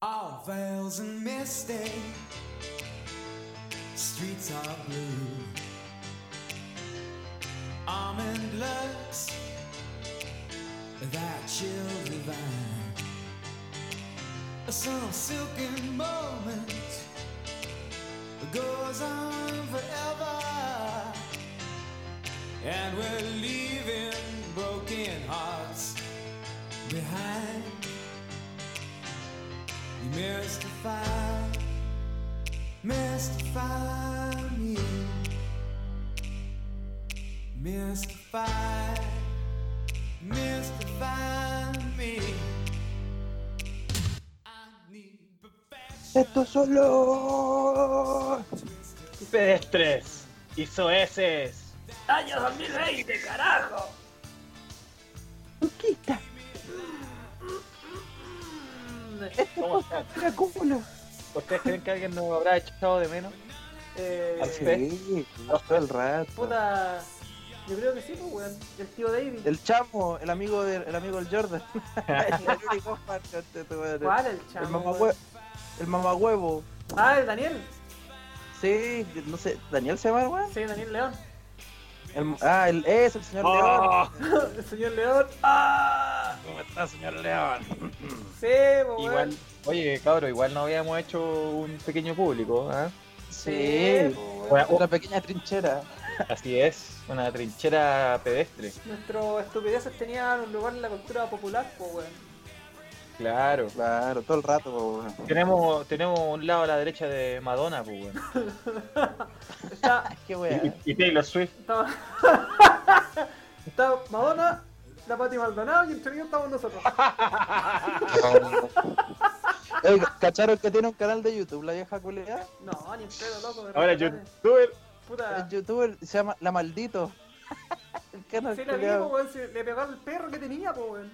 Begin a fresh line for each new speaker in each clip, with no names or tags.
All veils and misty streets are blue. Almond looks that chill divine. Some silken moment goes on forever, and we're leaving broken hearts behind. You mystify, mystify me, mystify, mystify me. I need perfection.
Esto solo.
Pedestres y soeces. ¡Año 2020, carajo!
Luquita,
¿Cómo están?
Dracula.
¿Ustedes creen que alguien nos habrá echado de menos?
Eh,
Así es.
Sí, todo el rato.
puta. Yo creo que sí, pues, weón. El tío David.
El chamo, el amigo del, el amigo del Jordan. el único fan de este, tu madre.
¿Cuál? El
El
chamo.
mamagüe-
weón?
el mamahuevo.
Ah, el Daniel.
Sí, no sé, ¿Daniel se llama, weón?
Sí, Daniel León.
El- Ah, el, es el señor León.
el señor León. ¡Ah!
¿Cómo está, señor León?
Sí, pues, weón.
Igual, oye, cabro, igual no habíamos hecho un pequeño público, ¿ah?
Sí,
pues,
Bueno,
otra pequeña trinchera.
Así es, una trinchera pedestre.
Nuestros estupideces tenían un lugar en la cultura popular, pues, weón.
Claro.
Claro, todo el rato, weón.
Tenemos, tenemos un lado a la derecha de Madonna, pues, weón.
Está,
Qué weón.
Y, y Taylor Swift.
está, está Madonna, la Pati Maldonado y entre medio estamos nosotros.
Ey, ¿Cacharon que tiene un canal de YouTube, la vieja culiada?
No, ni en pedo, loco. de
Ahora
repente,
youtuber.
El
Puta.
youtuber se llama La Maldito. El canal
Sí, la vi,
culiao.
pues, weón. se- Le pegó al perro que tenía, pues, weón.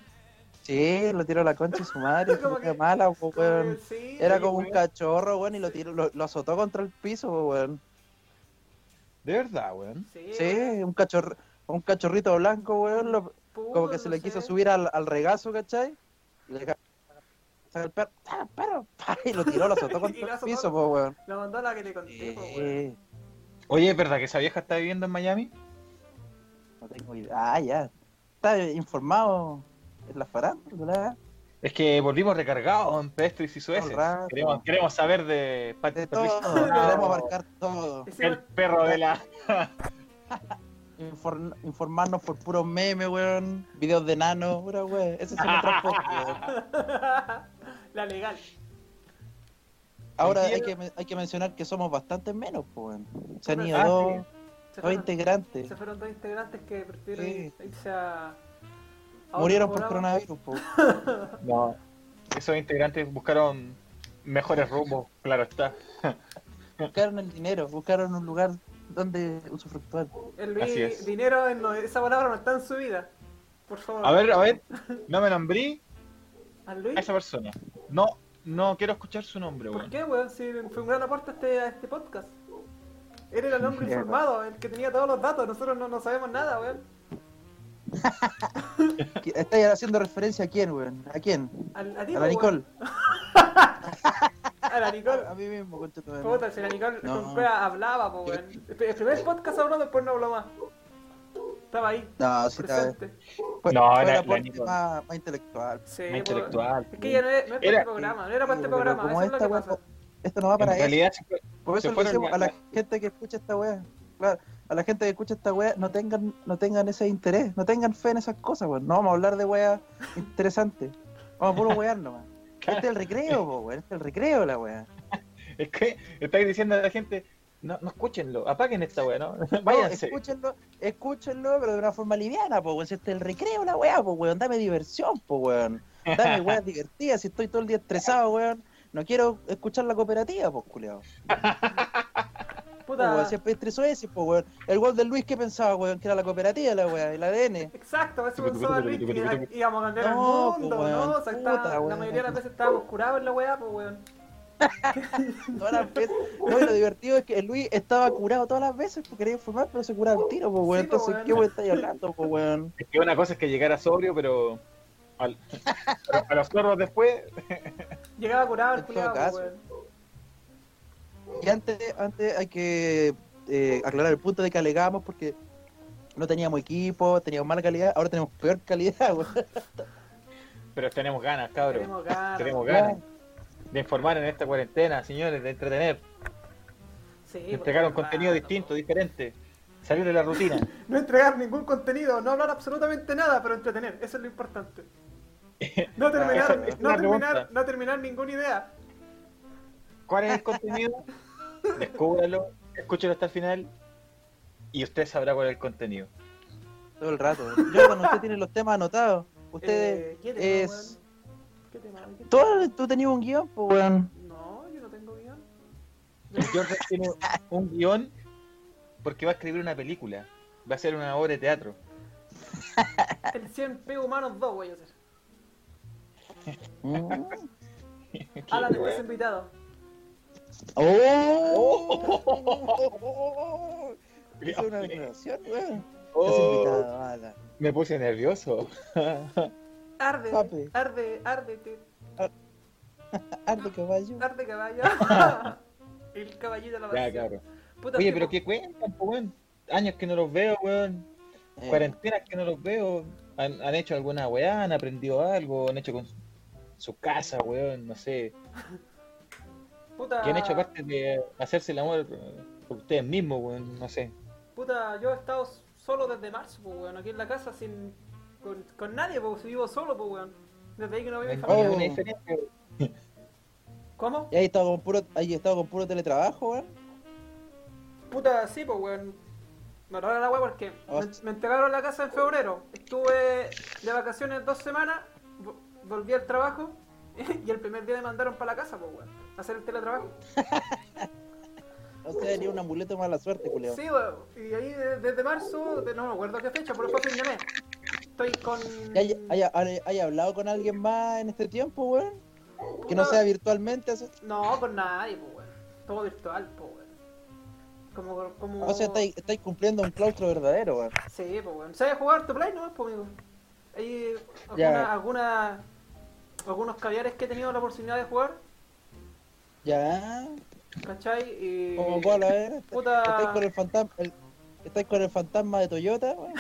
Sí, lo tiró a la concha de su madre,
Como
como
que-
que mala, po,
Como
weón.
que sí,
Era
sí,
como un
weón.
cachorro, weón, y lo, tiró, lo, lo azotó contra el piso, po, weón.
De verdad, weón.
Sí, weón.
Sí, un cachorro, un cachorrito blanco, weón, lo- como
Puta,
que se
no
le quiso
sé.
subir al, al regazo, ¿cachai? Y le ca- saca el perro, ¡Ah, el perro! ¡Pa! y lo tiró, lo azotó
Y lo
contra el
azotó.
piso, po, weón.
La mandó a la que le conté, po, weón.
Eh,
Oye, ¿es verdad que esa vieja está viviendo en Miami?
no tengo idea. Ah, ya. Está informado en la farándula. ¿eh?
Es que volvimos recargados en pedestres y
Todo
sueces.
el rato.
Queremos, queremos saber de Pat-
De todo,
Patricio Maldonado,
queremos abarcar todo.
El
Encima,
perro de la.
Inform- informarnos por puros memes, weón. Videos de nano, pura weón. Ese es el otro podcast.
la legal.
Ahora hay
Entiendo.
que, men- hay que mencionar que somos bastantes menos, po, weón. Se han ido
Ah,
dos,
Se
dos
fueron-
integrantes.
Se fueron dos integrantes que prefirieron
Sí.
irse a. a otro
Murieron por
programa.
coronavirus, po.
No. Esos integrantes buscaron mejores rumbos, claro está.
Buscaron el dinero, buscaron un lugar donde usufructuar.
El Luis,
Así es.
dinero, en lo- esa palabra no está en su vida. Por favor.
A ver, a ver, no me nombré
Al Luis.
a esa persona. No, no quiero escuchar su nombre,
¿Por
weón.
qué, weón? Si fue un gran aporte a este, a este podcast. Él era el hombre
Mierda.
informado, el que tenía todos los datos. Nosotros no, no sabemos nada, weón.
¿Qui- ¿Estáis haciendo referencia a quién, weón? ¿A quién?
Al, a ti,
A la
weón.
Nicole.
A la Nicole.
A mí mismo, concha tu madre.
Puta, si la Nicole
No. Oh.
con cueva hablaba, po, weón. El el primer podcast habló, después no habló más. Estaba ahí,
No, sí, está.
presente.
Fue,
No,
fue
la-
el
la
aporte
Nicole.
más, más intelectual.
Sí,
Una
po.
intelectual.
Es que ya no es, no es para
Era-
este programa, no era para este
Sí, pero
programa,
como
eso es lo
esta
que
weá
pasa.
Esto no va
En
para eso.
realidad, se fue-
Por
Se
eso le
fueron
decimos
la-
a la
la-
gente que escucha esta weá, claro, a la gente que escucha esta weá, no tengan, no tengan ese interés, no tengan fe en esas cosas, weón. No vamos a hablar de weá interesantes. Vamos a puro wear nomás. Este es el recreo, po, weón. Este es el recreo, la weá.
es que estáis diciendo a la gente, no, no escúchenlo, apaguen esta weá, ¿no?
No,
Váyanse.
escúchenlo, escúchenlo, pero de una forma liviana, po, weón. Si este es el recreo, la weá, po, weón. Dame diversión, po, weón. Dame weas divertidas. Si estoy todo el día estresado, weón. No quiero escuchar la cooperativa, pues, culiao.
Puta.
Weón, siempre estresó ese, po, weón. El gol del Luis, ¿qué pensaba, weón? Que era la cooperativa, la weá, el ADN.
Exacto, eso
pues,
pensaba Luis que íbamos a cambiar
No,
el mundo,
po, weón,
¿no? O sea,
puta,
estaba- la
weón.
mayoría de las veces estábamos curados en la weá, pues weón.
Todas las veces. No, y lo divertido es que el Luis estaba curado todas las veces porque quería informar, pero se curaba el tiro, pues, weón.
Sí, po,
Entonces,
weón.
¿qué weón estáis hablando, pues, weón?
Es que una cosa es que llegara sobrio, pero al- a los zorros después
Llegaba curado el
En todo
culiado,
caso.
weón.
Y antes, antes hay que eh, aclarar el punto de que alegamos porque no teníamos equipo, teníamos mala calidad, ahora tenemos peor calidad, weón.
Pero tenemos ganas, cabros. Tenemos,
Tenemos ganas.
ganas de informar en esta cuarentena, señores, de entretener,
Sí,
de
pues,
entregar un
hermano,
contenido distinto, diferente, salir de la rutina.
No entregar ningún contenido, no hablar absolutamente nada, pero entretener, eso es lo importante. No terminar,
Ah, Esa- esa es
no
la pregunta.
terminar, no terminar ninguna idea.
¿Cuál es el contenido? Descúbralo, escúchelo hasta el final y usted sabrá cuál es el contenido.
Todo el rato. Yo cuando usted tiene los temas anotados, usted
Eh, ¿qué tema,
es...
weón? ¿Qué tema? ¿Qué tema?
Todo, tú tenías un guión, pues, weón.
No, yo no tengo guión.
Jordan tiene un guión porque va a escribir una película, va a hacer una obra de teatro.
El 100p humanos 2 voy a hacer.
Mm.
Alan, estás invitado.
¡Oh! Hizo una declaración, weón.
Oh.
Estás invitado, Alan.
Oh, me puse nervioso.
Arde,
Papi.
arde, arde, te-
Arde caballo.
arde caballo. el caballito de la
ya,
pasión.
cabrón.
Puta,
Oye,
sí,
pero
po.
¿qué cuentan, po, weón? Años que no los veo, weón.
Eh,
Cuarentenas que no los veo. ¿Han, han hecho alguna weá? ¿Han aprendido algo? ¿Han hecho con su, su casa, weón? No sé.
Puta,
¿Qué han hecho aparte de hacerse el amor eh, por ustedes mismos, weón? No sé.
Puta, yo he estado solo desde marzo, pues, weón. Aquí en la casa sin. con, con nadie, pues, vivo solo, pues, weón. Desde ahí que no veo a mi
Oh.
¿Han
familia.
tenido una diferencia?
¿Cómo?
¿Y ahí estado con puro, ahí estado con puro teletrabajo, weón?
Puta, sí, pues, weón. Me rara la weá porque
Oh.
me, me entregaron la casa en febrero. Estuve de vacaciones dos semanas, vo- volví al trabajo y el primer día me mandaron para la casa, pues, weón. A hacer el teletrabajo.
No sé, tenía un amuleto de mala suerte, culeo.
Sí, weón. Y ahí de- desde marzo, de- no me acuerdo qué fecha, pero fue fin de mes. Estoy con.
¿Hay, hay, hay- hay hablado con alguien más en este tiempo, weón? Que no
Puta-
sea virtualmente. así.
No, con nadie, pues, weón. Todo virtual, pues, weón. Como, como...
O sea, estáis, estáis cumpliendo un claustro verdadero, weón.
Sí, pues, weón. ¿Sabes jugar tu play, no? Pues, amigo. Hay
Ya.
alguna, alguna- algunos caviares que he tenido la oportunidad de jugar,
Ya.
¿cachai? Y...
Como vos, la ver.
Puta.
Estáis con el fantasma. el- estáis con el fantasma de Toyota, weón.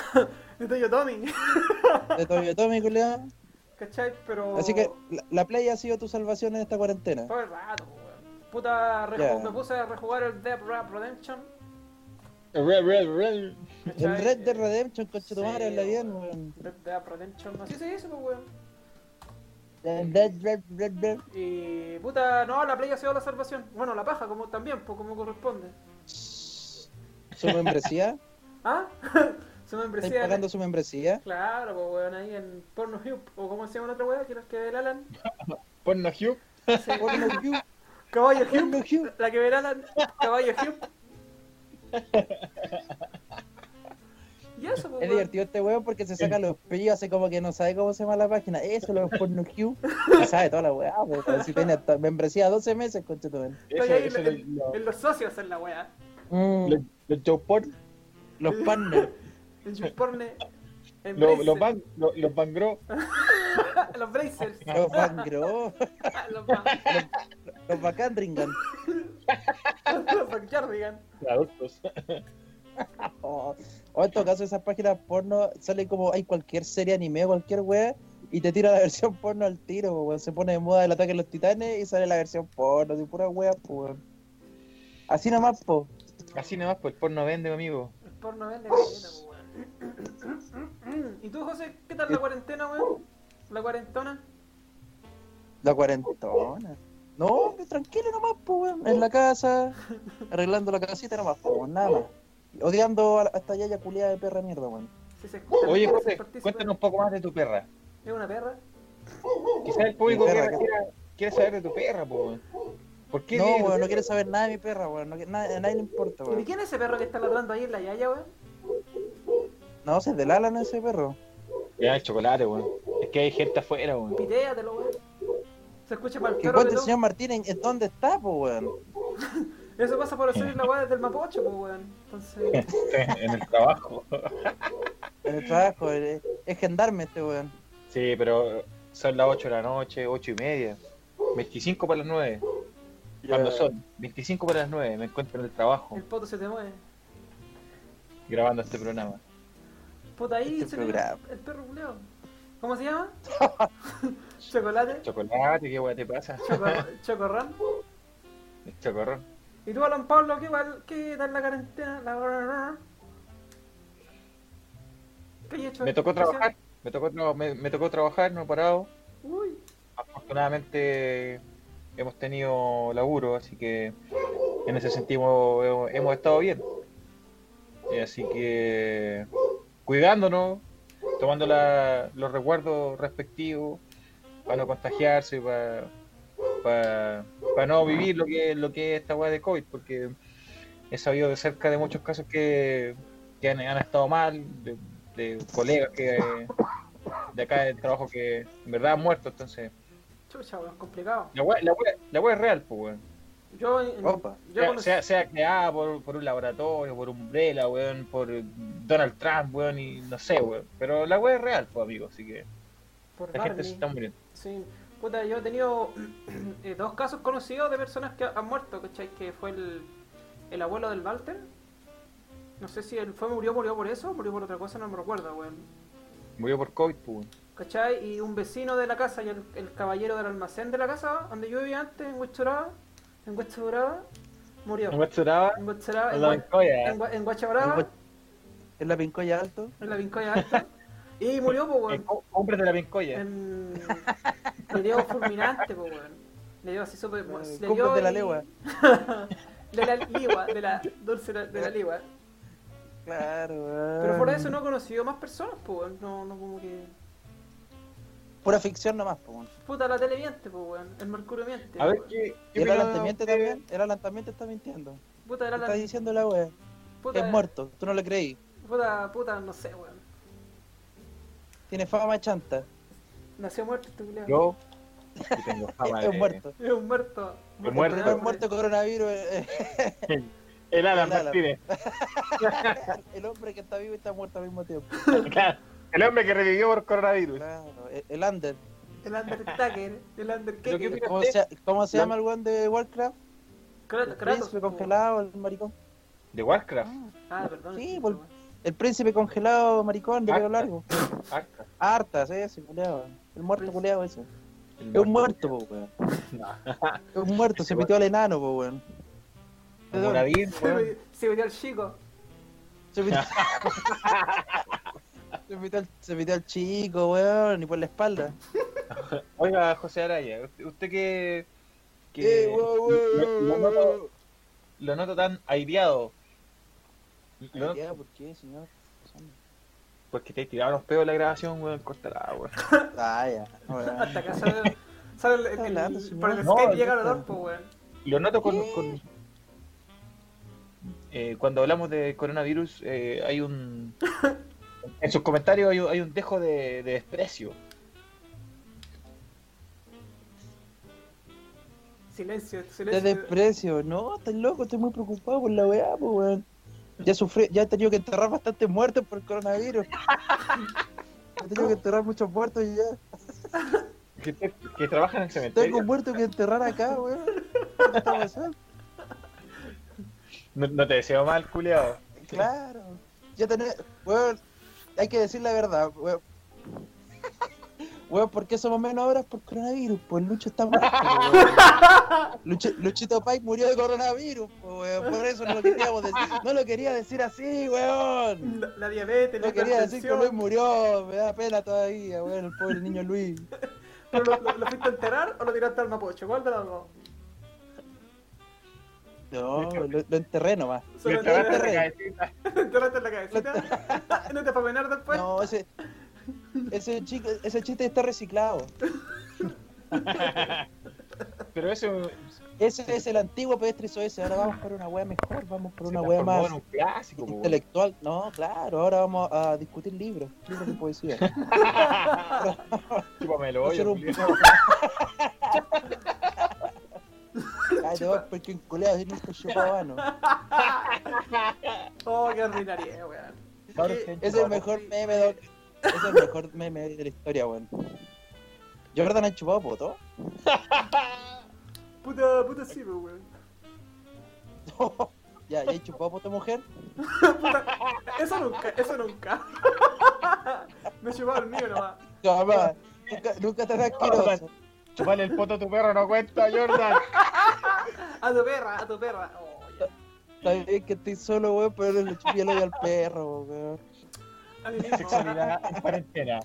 Estoy yo, Tommy.
De Toyotomi, culeo.
¿Cachai? Pero...
Así que la, la playa ha sido tu salvación en esta cuarentena.
Todo el rato, pues, weón. Puta, reju-
Ya.
me puse a rejugar el Death Rap Redemption.
Re, re, re.
El
¿cachai?
Red Dead Redemption, concha tu
Sí,
madre, habla bien,
weón.
weón.
Red Dead Redemption. Así se dice, pues, weón.
El Red, Red, Red, Red.
Y puta, no, la play ha sido la salvación. Bueno, la paja, como también, pues como corresponde.
Su membresía.
¿Ah? Su membresía.
¿Estáis
en-
pagando su membresía?
Claro, pues weón, ahí en Pornhub, o como se llama la otra weá, que nos que ve el Alan.
Porno Hugh.
Porno Hugh,
Caballo
Porno
Hub,
Hugh.
la que ve el Alan, Caballo Hub. Y
Es
eso, pues weón.
divertido este weón porque se saca los pillos, hace como que no sabe cómo se llama la página. Eso lo es Porno Hugh. Se sabe toda la weá, weón. Si tiene hasta membresía 12 meses, concha tu madre.
Estoy
Eso,
ahí
eso
en, en-
lo,
en los socios en la weá.
Mm,
lo, lo Joe Porn,
los partners.
En Chuporne, en
lo,
Bracer,
lo Bang, lo, lo Bangro.
los Brazers, Ah,
Los Bangro.
los Bang-
Los Bacandringan.
los Backyardigan.
Adultos.
O, o en todo caso, esas páginas porno salen como hay cualquier serie anime, cualquier wea, y te tira la versión porno al tiro, po, weón. Se pone de moda el ataque de los titanes y sale la versión porno, de pura wea, po, weón. Así nomás, po.
Así nomás, pues el porno vende, amigo.
El porno vende galleta, po, weón. ¿Y tú, José, qué
Eh.
tal la cuarentena, weón? ¿La cuarentona?
La cuarentona. No, que tranquilo nomás, po, weón. En la casa, arreglando la casita nomás, po, weón, nada más. Odiando a, hasta allá ya culiada de perra mierda, weón.
Si se-
Oye,
se
José,
participa-
cuéntanos un poco más de tu perra.
¿Es una perra?
Quizás el público
Mi perra,
quiera,
que-
quiera- quiere saber de tu perra, po. weón. ¿Por qué?
No,
tiene tu
weón, no
perra?
quiere saber nada de mi perra, weón. No, que- nada- a nadie le importa,
¿Y de
weón.
quién es ese perro que está ladrando ahí en la yaya, weón?
No, se es del Alan ese perro.
Ya, el chocolate, weón. Es que hay gente afuera, weón.
Pitéatelo, weón. Se escucha para el
Que
perro.
cuente el
pelón.
señor Martínez en dónde está, po, weón.
Eso pasa por hacer la weá desde el mapocho, pues, weón. Entonces,
en el trabajo.
En el trabajo, eh, es gendarme este weón.
Sí, pero son las 8 de la noche, 8 y media. 25 para las 9. Cuando son 25 para las 9, me encuentro en el trabajo
El poto se te mueve.
grabando este programa.
Puta ahí,
Este
se le-
programa.
el perro culeo. ¿Cómo se llama? Chocolate.
Chocolate, qué weá te pasa.
Choco- Chocorrán.
El chocorrón.
¿Y tú, Alan Pablo, qué, val- qué tal la cuarentena? La... ¿Qué hay hecho?
Me tocó trabajar, me tocó, tra- me, me tocó trabajar, no he parado.
Uy,
Afortunadamente hemos tenido laburo, así que en ese sentido hemos, hemos estado bien. Eh, Así que cuidándonos, tomando la- los recuerdos respectivos para no contagiarse, para, para, para no vivir lo que, lo que es esta weá de COVID, porque he sabido de cerca de muchos casos que, que han, han estado mal, de, de colegas que de acá del trabajo que en verdad han muerto, entonces
chucha, weón, complicado.
la wea, la wea- la wea es real, pues, weón.
Yo, en-
Opa.
yo
Sea,
conocí-
sea, sea creada por, por un laboratorio, por Umbrella, weón, por Donald Trump, weón, y no sé, weón. Pero la wea es real, pues, amigo, así que
por
la gente
Barney.
se está muriendo.
Sí, puta, yo he tenido eh, dos casos conocidos de personas que han muerto, ¿cachai? Que fue el, el abuelo del Walter. No sé si él fue, murió, murió por eso, murió por otra cosa, no me recuerdo, weón.
Murió por COVID, pues, weón.
¿Cachai? Y un vecino de la casa y el, el caballero del almacén de la casa, donde yo vivía antes, en Huachoraba, en Huachoraba, murió.
No me esperaba,
En Huachoraba, en,
no me
Gua- en,
jodas.
Gua- en Guachabrava,
En Gua- ¿Es la pincoya alto?
en la Vincoya Alta. Y murió, pues,
Eh,
weón.
có- Cómprate la pincoya.
En... Le dio fulminante, pues, weón. Le dio así súper.
Eh,
Le dio.
compras de la
y-
legua.
de la ligua, de la dulce de la- de la ligua.
Claro, weón.
Pero fuera de eso no he conocido más personas, pues, weón. No, no como que.
Pura ficción nomás, po. weón.
Puta, la tele miente, pues, weón. El mercurio miente.
A ver,
pues, weón.
¿qué,
¿Y el
qué opinan
alantamiento
ustedes?
también? El alantamiento está mintiendo.
Puta, era
Está
la.
diciendo la wea.
Puta,
Es muerto, tú no le creí.
Puta, puta, no sé, weón.
Tiene fama de chanta.
Nació muerto este culiao.
Yo, yo tengo fama
es
de-
muerto.
Es un muerto.
Es
El
muerto.
primer muerto de coronavirus, eh, eh,
El Alan
El Alan.
Martínez.
el hombre que está vivo y está muerto al mismo tiempo.
Claro, El hombre que revivió por coronavirus.
Claro, el, el Under.
El Undertaker. El
Pero qué
Undertaker.
opina-
¿Cómo se, cómo se
La-
llama el weón de Warcraft?
Kratos,
El príncipe
pues,
congelado, el maricón.
De Warcraft.
weón. Ah, perdón.
Sí,
sí,
vol-
weón.
El príncipe congelado, maricón, de
Ah.
pelo largo.
Arca.
Hartas, eh, ese, culeado. El muerto
Príncipe.
culeado ese.
El
Es un muerto, po, weón. Es un muerto, se metió al enano, po, weón.
Un Muradín, weón.
Se metió al chico.
Se metió, se metió al, se metió al chico, weón, y por la espalda.
Oiga, José Araya, usted, usted que, que
Eh, wow, wow,
lo, lo
wow,
noto,
wow.
lo noto tan aireado. Lo
Ay,
noto-
ya, ¿Por qué, señor?
porque te tiraban los pedos en la grabación, weón, cortará, weón.
Ah, ya. weón.
Hasta acá sale, sale el, el- el-
Hablando, señor.
por el
No,
Skype llega el
doctor.
olor, pues, weón.
Lo noto con... con- eh, cuando hablamos de coronavirus, eh, hay un... En sus comentarios hay un, hay un dejo de, de desprecio.
Silencio, silencio.
Te desprecio. No, estás loco, estoy muy preocupado por la weá, po, weón. Ya sufrí, ya he tenido que enterrar bastantes muertos por el coronavirus. He tenido que enterrar muchos muertos y ya.
Que, te- que trabaja en el
Tengo
cementerio.
un muerto que enterrar acá, weón. ¿Qué está pasando?
No, no te deseo mal, culiado.
Claro. Ya tenés, weón, hay que decir la verdad, weón. Weón, ¿por qué somos menos ahora? Por coronavirus, pues Lucho está muerto, weón. Lucho- Luchito Pike murió de coronavirus, pues, weón. Por eso no lo queríamos decir. No lo quería decir así, weón.
La, la diabetes, la
No quería decir que
hipertensión.
Luis murió, me da pena todavía, weón, el pobre niño Luis.
¿Pero lo, lo- lo fuiste a enterrar o lo tiraste al mapocho? ¿Cuál de las dos?
No, lo, lo enterré nomás.
Se
Me
lo
trabaja en la
enterraste
enterré.
cabecita.
enterraste en la cabecita. ¿No te fue a penar después?
No, ese, ese, chico, ese chiste está reciclado.
Pero eso
Ese es el antiguo pedestre ese, ahora vamos por una wea mejor, vamos por
se
una wea
transformó
más
en un clásico, po, pues, weón.
intelectual. No, claro, ahora vamos a discutir libros, libros de poesía.
Chúpame el
Va a
hoyo,
ser un-
culiao.
Ay, no, porque un culeado es nuestro chupabano.
Oh, qué ordinaria, weón.
Ahora
Ese
Eh, Es el mejor meme, don. Es el mejor meme de la historia, weón. Jordan ha chupado poto.
Puta, puta sí, pues, weón.
ya, ya he chupado por tu mujer.
Puta, eso nunca, eso nunca. Me llevaba el mío nomás.
No, mamá, nunca, nunca te asqueroso.
Chupale el poto a tu perro, no cuenta, Jordan.
A tu perra, a tu perra. Oh, ya.
Está bien que estoy solo, weón, pero le chupé el hoyo al perro, weón.
a mí mismo.
Sexualidad en cuarentena.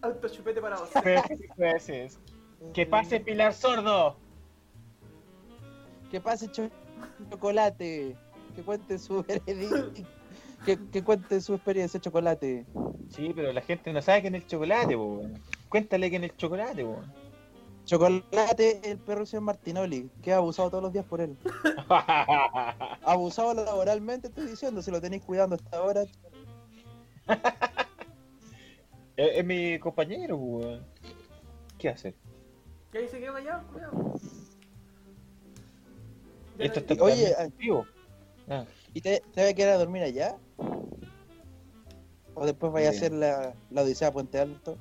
Alto chupete para vos.
Tres veces. Que pase Pilar Sordo.
Que pase cho- chocolate. Que cuente su veredicto. Que, que cuente su experiencia chocolate.
Sí, pero la gente no sabe que en el chocolate, po. weón. Cuéntale que en el chocolate, po.
Chocolate, el perro señor Martinoli, que ha abusado todos los días por él. Abusado laboralmente, estoy diciendo, si lo tenéis cuidando hasta ahora.
es, es mi compañero, po, weón. ¿Qué hacer?
Y ahí se quedó callado, cuidado.
Esto está
Oye,
totalmente en vivo. Ah,
¿Y te, te vas a quedar a dormir allá? ¿O después vaya a
Sí.
hacer la, la odisea a Puente Alto?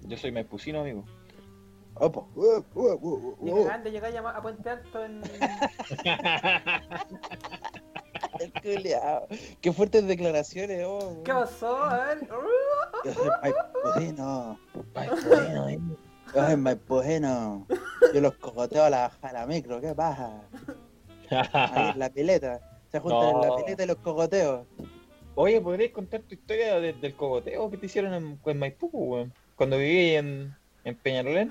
yo soy maipucino, amigo.
Opa. Uh, uh, uh, uh,
Ni
uh.
cagando, llegáis a, a Puente Alto en.
El culiao. Qué fuertes declaraciones, oh.
¿Qué pasó? A ver.
Yo soy maipujino.
Maipucino, eh.
Yo soy maipujino. Yo los cogoteo a la, a la micro, ¿qué pasa? Ahí en la pileta. Se juntan en
No.
la pileta y los cogoteos.
Oye, ¿podrías contar tu historia de- del cogoteo que te hicieron en, en Maipú, weón? Cuando viví en, en Peñalolén.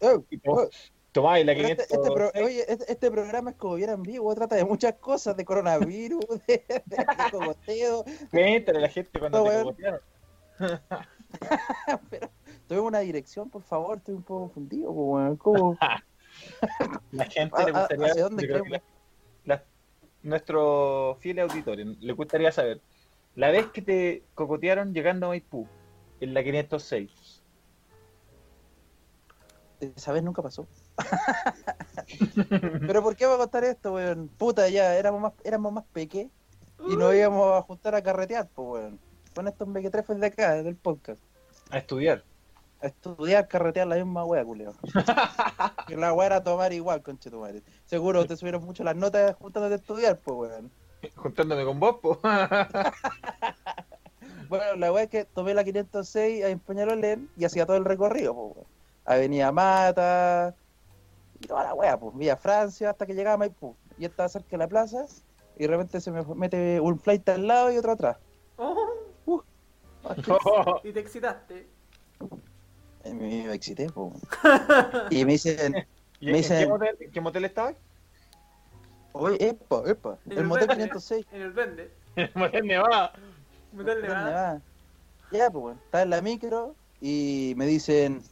Oh,
y
oh.
to- Tomabas la
Pero este,
500...
este pro- oye, este, este programa es como bien ambiguo, trata de muchas cosas, de coronavirus, de, de, de cogoteo.
Cuéntale a la gente cuando
No,
te
weón.
cogotearon.
Pero, tuve una dirección, por favor, estoy un poco confundido, po, weón. ¿Cómo?
La gente
¿A-
le
a-
gustaría...
Ah, hacia dónde
yo creo que
queremos?
la- la- nuestros fieles auditores le gustaría saber. La vez que te cogotearon llegando a Maipú, en la 506.
Esa vez Eh, nunca pasó. Pero ¿por qué va a contar esto, weón? Puta, ya, éramos más, éramos más peque y nos íbamos a juntar a carretear, pues, weón. Con estos mequetrefes de acá, del podcast.
A estudiar.
A estudiar, carretear la misma wea, culeo. Que la wea era tomar igual, conchetumare. Seguro te subieron mucho las notas juntándote a estudiar, pues, weón.
Juntándome con vos, po.
Bueno, la wea es que tomé la 506 a Peñalolén y hacía todo el recorrido, pues, weón. Avenida Mata y toda la wea, pues, vía Francia hasta que llegaba a Maipú. Y estaba cerca de la plaza y de repente se me mete un flight al lado y otro atrás.
Oh, y te excitaste.
Y me me excité, pues. Y me dicen,
¿Y
Me
en
dicen-
qué, motel, en qué motel estabas?
oye, epa, epa, el motel 506.
En el vende.
En el motel Nevada.
Metal
¿Dónde
Nevada.
va? Ya, pues, bueno, está en la micro y me dicen,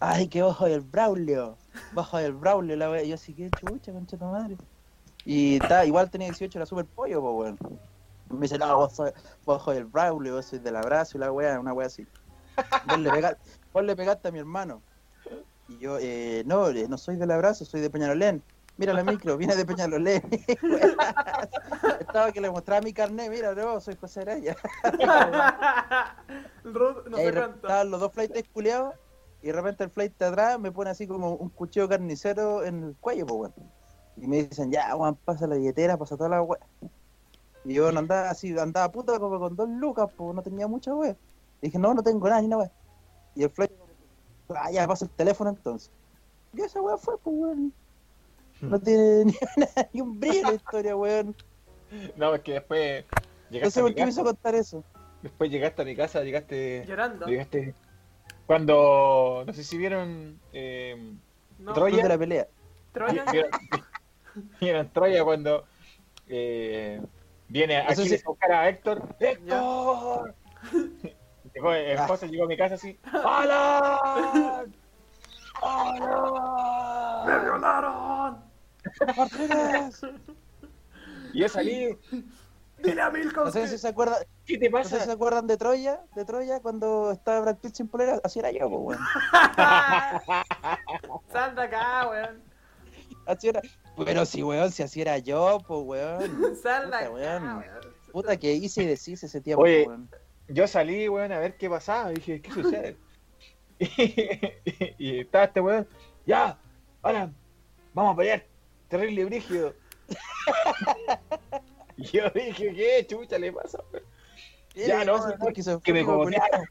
ay, que bajo del Braulio, bajo del Braulio, la wea. Y yo así, que chucha, concha tu madre. Y está, igual tenía 18, era súper pollo, pues, bueno. Me dice, no, vos sois bajo del Braulio, vos sois del abrazo y la wea, una wea así. Vos le, pega- vos le pegaste a mi hermano. Y yo, eh, no, eh, no soy del abrazo, soy de Peñalolén. Mira la micro, viene de Peñalolén. Estaba que le mostraba mi carnet, mira, no, soy José Araya.
El Ruth, no
Y ahí
sé
re-
cuánto.
estaban los dos flightes culeados y de repente el flight de atrás me pone así como un cuchillo carnicero en el cuello, pues weón. Y me dicen, ya, weón, pasa la billetera, pasa toda la weá. Y yo no andaba así, andaba puta como con dos lucas, pues no tenía mucha weá. Y dije, no, no tengo nada, ni una weá. Y el flight, ah, ya, pasa el teléfono entonces. Y esa weá fue, pues weón. No tiene ni, una- ni un brillo la historia, weón.
No, es que después
No
llegaste,
sé
a
por
mi
qué me hizo
casa,
contar eso.
después llegaste a mi casa, llegaste,
Llorando.
llegaste cuando no sé si vieron eh,
No,
Troy- Oye.
de la pelea.
Troya.
vieron, vieron Troya cuando eh, viene
No sé
aquí
si-
a buscar a Héctor. ¡Héctor! Llegó, el esposo llegó a mi casa así. ¡Alan! ¡Alan!
¡Me violaron!
Martínez,
Y yo salí.
¡Dile a Milka
No sé si se acuerda,
¿Qué te
No sé si se
pasa?
acuerdan de Troya, de Troya cuando estaba Brad Pitt sin polera, así era yo, pues, weón.
Sal de acá, weón.
Así era. Pero si, weón, si así era yo, pues, weón.
Sal
Puta,
de acá,
weón.
weón.
Puta que hice y deshice ese tiempo,
Oye.
weón.
Yo salí, weón, a ver qué pasaba. Dije, ¿qué sucede? y, estaba este weón. ¡Ya! ¡Alan! vamos a pelear, terrible brígido. Y yo dije, ¿qué chucha le pasa? weón? Ya, no,
Ese
no,
es esquizofrénico,
que me cogotearon.
culiao.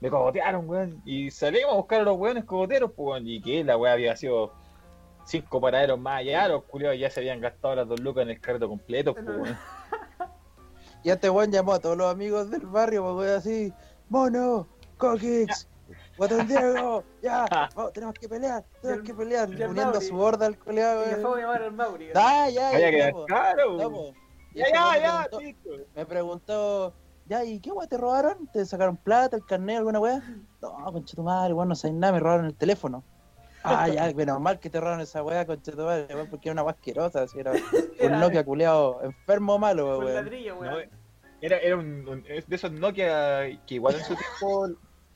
Me cogotearon, weón. Y salimos a buscar a los weones cogoteros, pues, weón. Y que la weá había sido cinco paraderos más allá. Los culiados ya se habían gastado las dos lucas en el carrito completo, pues, weón.
Y este weón llamó a todos los amigos del barrio, pues weón, así, Mono, Coquix, Guatón Diego, ya, vamos, tenemos que pelear, tenemos
el-
que pelear,
y el
uniendo a
Mauri.
su borda al culiao,
Y le fue a
weón.
llamar al Mauri.
Ah, ya,
Había
ya,
que
ya,
dar
po,
caro,
ya, po.
weón.
Y
Ya,
este weón me
ya, ya,
preguntó-
listo.
Me preguntó, ya, ¿y qué weón te robaron? ¿Te sacaron plata, el carnet, alguna weá? No, concha tu madre, weón, no sé nada, me robaron el teléfono. Ah, ya, menos mal que te robaron esa weá, concha tu madre, weón, porque era una weá asquerosa, así era
Era-
un Nokia culeado, enfermo malo,
Un
weón. eh.
ladrillo,
No,
weón.
era, era un, un- es de esos Nokia que igual en su tiempo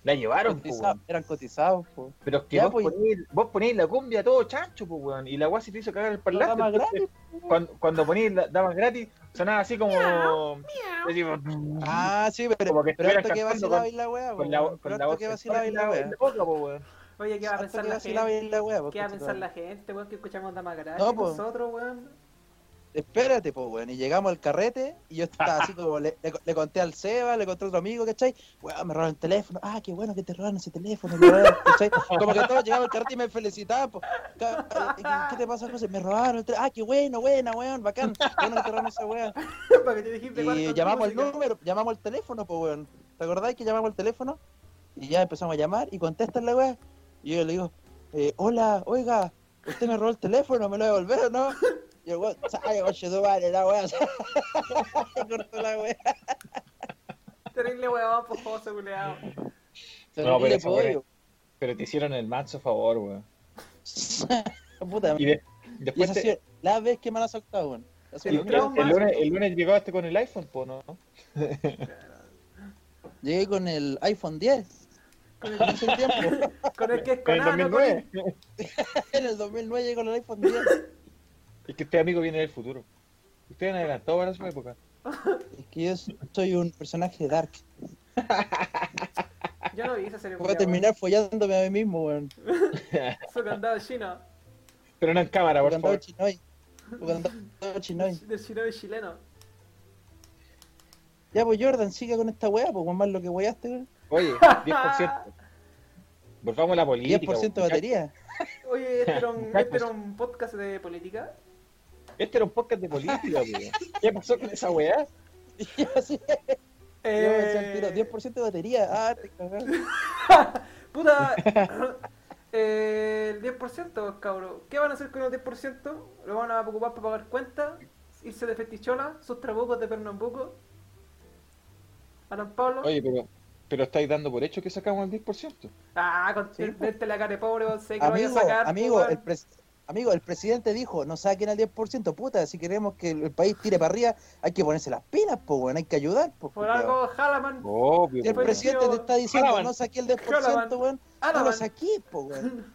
la llevaron, pues,
Cotizados, eran cotizados, po.
Pero es que
Ya,
vos,
pues.
ponés, vos ponés la cumbia todo chancho, pues, weón. Y la guay se te hizo cagar el
No da
parlante.
más
entonces,
gratis. pues,
cuando, cuando ponés la damas gratis, sonaba así como. así como-
Ah, sí, pero,
Como que
pero
estuvieran
harto que
cantando
vacilaba y la wea,
con la,
po,
con
pero
la
harto
voz
que
sensual
vacilaba y
en
la
la,
wea.
en la boca, po, weón.
Oye, ¿qué va a
Harto
pensar
que
la
vacilaba
gente?
y la wea, po,
¿Qué va a
conchetumare.
pensar la gente, weón? Que escuchamos Dama Gratis
No, po.
nosotros, weón.
Espérate, pues, weón. Y llegamos al carrete y yo estaba así como le, le- le conté al Seba, le conté a otro amigo, ¿cachai? Weón, me robaron el teléfono. Ah, qué bueno que te robaron ese teléfono, me robaron, ¿cachai? Como que todos llegamos al carrete y me felicitaban, pues. ¿Qué te pasa, José? Me robaron el teléfono. Ah, qué bueno, buena, weón, bacán. Qué bueno que te robaron esa weón.
Para que te dijiste cuál
Y
con
llamamos al
música.
número, llamamos al teléfono, pues weón. ¿Te acordáis que llamamos al teléfono? Y ya empezamos a llamar y contesta la weá. Y yo le digo, eh, hola, oiga, usted me robó el teléfono, ¿me lo va a devolver o no? Y el weón, ay, oye, tú vale, la weá. Y cortó la weá.
Terrible weón, pojoso, culeado.
No, pero esa
Terrible
Pero te hicieron el manso favor, weón.
pollo. Puta,
Y de-
y
después
esa ha
te-
sido la vez que me han asaltado, weón. Ha sido la
el, el-
el
primera
trauma.
el lunes, el lunes llegaste con el iPhone, po, ¿no?
vez. Llegué con el iPhone 10
Con
en
el,
ese tiempo.
con el que es
Con
con
el
A, no con el-
2009.
En el 2009 llegué con el iPhone 10.
Es que este amigo viene del futuro. Ustedes han adelantado para su época.
Es que yo soy un personaje dark.
Yo no vi esa serie.
Voy a
culiao,
terminar follándome a mí mismo, weón.
Pero
weón. Su candado chino.
no en cámara, por
Jugando
favor.
chinoy. Jugando chinoy.
Del chino de chileno.
Ya, pues Jordan, siga con esta weá, pues más lo que weaste, weón.
Oye, 10%. Volvamos a la política.
10% de
weón.
batería.
Oye, este era, un, este era un podcast de política.
Este era un podcast de política, weón. ¿Qué pasó con esa weá?
Y yo así, yo
Eh.
decía al tiro, 10% de batería. Ah, te cagás.
Puta. eh, el 10%, cabrón. ¿Qué van a hacer con el 10%? ¿Lo van a ocupar para pagar cuentas? ¿Irse de fetichola? ¿Sus trabucos de Pernambuco? ¿Alan Pablo?
Oye, pero, pero estáis dando por hecho que sacamos el 10%.
Ah, con
Sí, po.
vete la cara de pobre, vos, sé que
Amigo,
lo vaya a sacar. pues,
amigo,
weón.
el pres- Amigo, el presidente dijo, no saquen al 10%, puta, si queremos que el el país tire para arriba, hay que ponerse las pilas, po, weón, hay que ayudar, po,
Por
culiao.
algo, Halaman.
Obvio,
Si el
weón.
Después
presidente te está diciendo,
Jalaban.
no saqué el
Jalaban.
10%, weón, no lo
Halaman.
saqué, po, weón.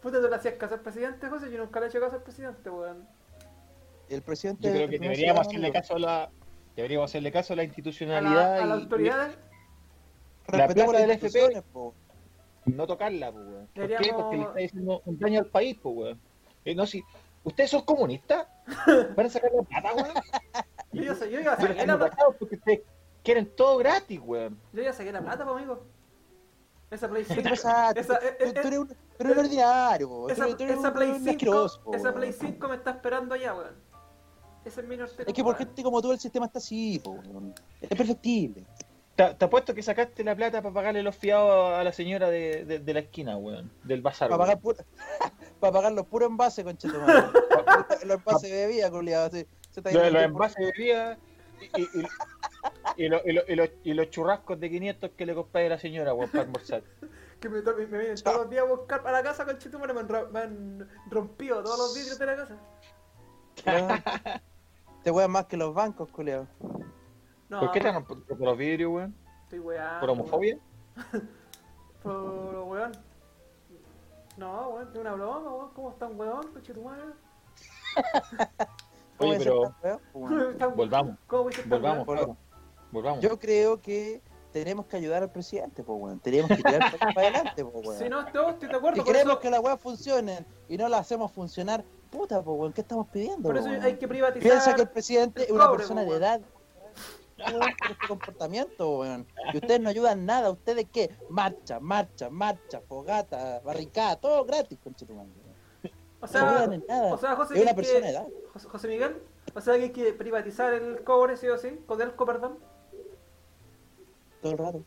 Puta, tú le hacías caso al presidente, José. Yo nunca le he hecho caso al presidente, weón.
El presidente...
Yo creo que
el primer ciudadano,
deberíamos hacerle
amigo.
caso a la. Deberíamos hacerle caso a la
A la,
institucionalidad
a la
y-
autoridad
La
Respetemos
plata
las
del FP.
instituciones, pues. po.
y no tocarla, pues, weón. ¿Por qué?
Deberíamos-
Porque le está diciendo un daño al país, pues, weón. Eh, no, si. ¿Ustedes son comunistas? ¿Van a sacar la plata, weón?
Yo, ya sa- yo ya
Pero
saqué
están
la plata.
atacados porque ustedes quieren todo gratis, weón.
Yo ya saqué la plata, pues, amigo. Esa Play 5.
¿Qué te pasa? Tú,
Esa,
tú-
eh,
tú
eh,
eres un, tú eres un ordinario, po.
esa,
tú, tú eres
esa
un,
Play
un
5.
asqueroso, po,
Esa
weón.
Play 5 me está esperando allá, weón. Ese es mi norte.
Es que por gente como tú el sistema está así, po. weón. Es perfectible.
Te, te apuesto que sacaste la plata para pagarle los fiados a la señora de, de, de la esquina, weón. Del bazar.
Para
weón.
pagar, puro- pa' pagar los puros envases, conchetumare. los envases de bebida, culiado. así. Se está
Lo
yendo
de los
el tiempo.
envases de bebida y, y, y- y lo- y lo- y lo- y los churrascos de 500 que le compré a la señora, weón, para almorzar.
Que me, to- me vienen todos los días a buscar para la casa, con me, han ro- me han rompido todos los vidrios de la casa.
Weón. Te wean más que los bancos, culiado.
No,
¿Por qué te rompen por los vidrios, weón?
estoy weando.
¿Por homofobia?
Por weón. No, weón, de una broma, weón. ¿Cómo está un weón, coche tu madre?
Oye, pero
Está un-
volvamos,
¿Cómo viste
volvamos, volvamos. volvamos.
Yo creo que tenemos que ayudar al presidente, po, weón. Tenemos que tirar para adelante, po, weón.
Si no, no, estoy de acuerdo.
Si
con
queremos
eso.
que las weas funcionen y no las hacemos funcionar, puta, po, weón, ¿qué estamos pidiendo?
Por
po,
eso
weón?
hay que privatizar.
Piensa que el presidente es
el
una
cobre,
persona
po,
de
weón.
edad. weón, por este comportamiento, weón. Y ustedes no ayudan en nada, ustedes qué? Marcha, marcha, marcha, fogata, barricada, todo gratis, conchetumán.
O
No ayudan
sea,
en nada.
o sea, José,
es una
que-
persona de edad.
José, José Miguel, o sea que hay que privatizar el cobre, sí o sí, Codelco, perdón.
Todo el rato.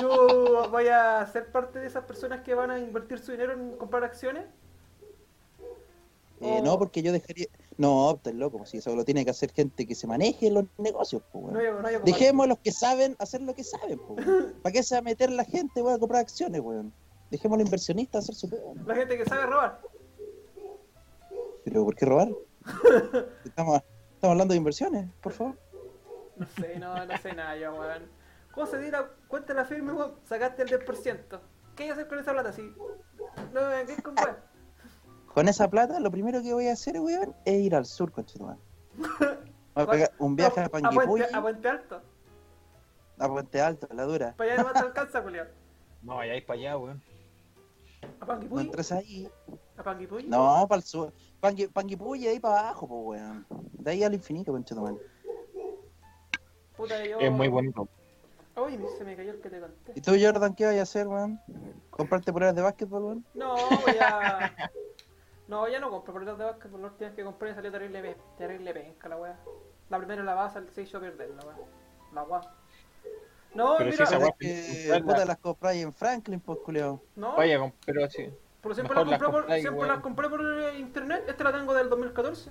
Yo voy a ser parte de esas personas que van a invertir su dinero en comprar acciones.
Eh,
Oh.
No, porque yo dejaría. No, estás loco, pues, si eso lo tiene que hacer gente que se maneje los negocios, pues, weón.
No hay, no hay ocupar-
Dejemos a los que saben hacer lo que saben, po, weón. ¿Para qué se va a meter la gente, weón, a comprar acciones, weón? Dejemos a los inversionistas hacer su pega, weón.
La gente que sabe robar.
Pero ¿por qué robar? Estamos, estamos hablando de inversiones, por favor.
No sé, no, no sé nada yo, weón. ¿Cómo se dirá? Cuenta la firme, weón. Sacaste el 10%. ¿Qué hay que hacer con esa plata? Si... No, ¿qué es con
Ah,
weón?
Con esa plata, lo primero que voy a hacer, weón, es ir al sur, conchetumán. Voy a pegar un viaje a
a
Panguipulli,
Puente- a Puente Alto.
a Puente Alto, a la dura.
Para allá no te alcanza, culiao.
No vayáis para allá, weón.
A
No
Panguipulli.
entras ahí.
A Panguipulli.
No, para el sur. Pangui- Panguipulli, de ahí para abajo, po, weón. De ahí al infinito, conchetumán.
Puta, yo...
Es muy bonito.
Uy, se me cayó el que te conté.
¿Y tú, Jordan, qué vas a hacer, weón? ¿Comprarte pruebas de básquetbol, weón?
No, voy a. No, ya no compro pelotas de básquet, por las últimas que compré salió terrible, pe- terrible penca la weá. La primera la vas al 6 yo perder la weá. La weá. No,
Pero si
mira,
esa
Pero
weá-
es que
comprarla.
puta las compráis en Franklin, pues culeo.
no,
Vaya, con- pero sí.
pero siempre
mejor
las compré
las
por,
compráis,
siempre
weón.
las compré por eh, internet, esta la tengo del 2014.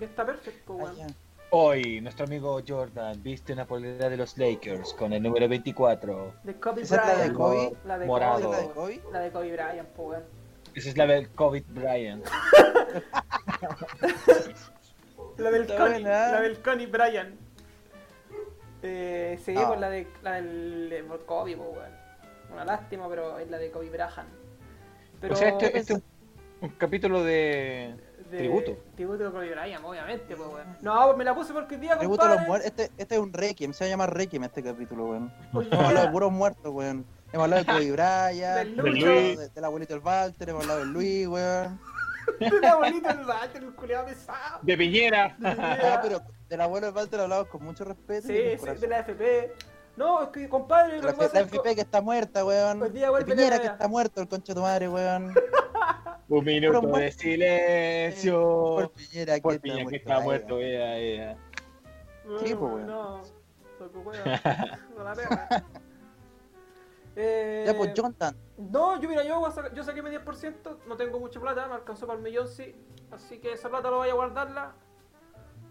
Y está perfecto,
Ah,
weón.
ya.
Hoy, nuestro amigo Jordan viste una polera de los Lakers con el número 24.
De Kobe
¿Esa es la de
Bryant.
Kobe?
La de
Morado.
Kobe,
¿Es la de Kobe?
La de Kobe Bryant, po, weón.
Esa es la del COVID Bryant.
La del
Está
Connie,
buena.
la del Connie Bryan. Eh, sí,
Ah.
pues la de la del eh, por Kobe, pues, weón. Una lástima, pero es la de Kobe Bryant. Pero
o sea, este, este es un capítulo de.
de-
tributo.
Tributo a Kobe Bryant, obviamente, pues, weón. No, pues me la puse porque el día,
Tributo a los
compadre.
muertos. Este, este es un requiem, se va a llamar requiem este capítulo, weón.
Hoy
Hemos hablado de
día,
puros muertos, weón. Hemos hablado de Kobe Bryant,
Del
hemos
Lucho.
hablado de- del abuelito del Walter, hemos hablado del Luis, weón.
de la bonita el bate, el culiado pesado.
¡De Piñera!
Ah, pero del abuelo del Walter hablamos con mucho respeto. y
Sí,
con
sí,
corazón.
de la FP. No, es que,
De
compadre, lo
la,
que pasa
la
es que-
FP que está muerta, weón.
Hoy día
De
vuelve
Piñera
la
que
wea.
está muerto, el concho de tu madre, weón.
Un minuto
Pero-
de silencio.
Por Piñera que
Por
está
Piñera
muerto.
que está
ay,
muerto,
weón.
ea, ea.
Sí,
Mm,
pues, weón.
No, toco hueá. No la pega. Eh,
Ya, pues, Jonathan.
No, yo mira, yo, voy a saca- yo saqué mi 10%, no tengo mucha plata, me alcanzó para el millón, sí. Así que esa plata lo voy a guardarla.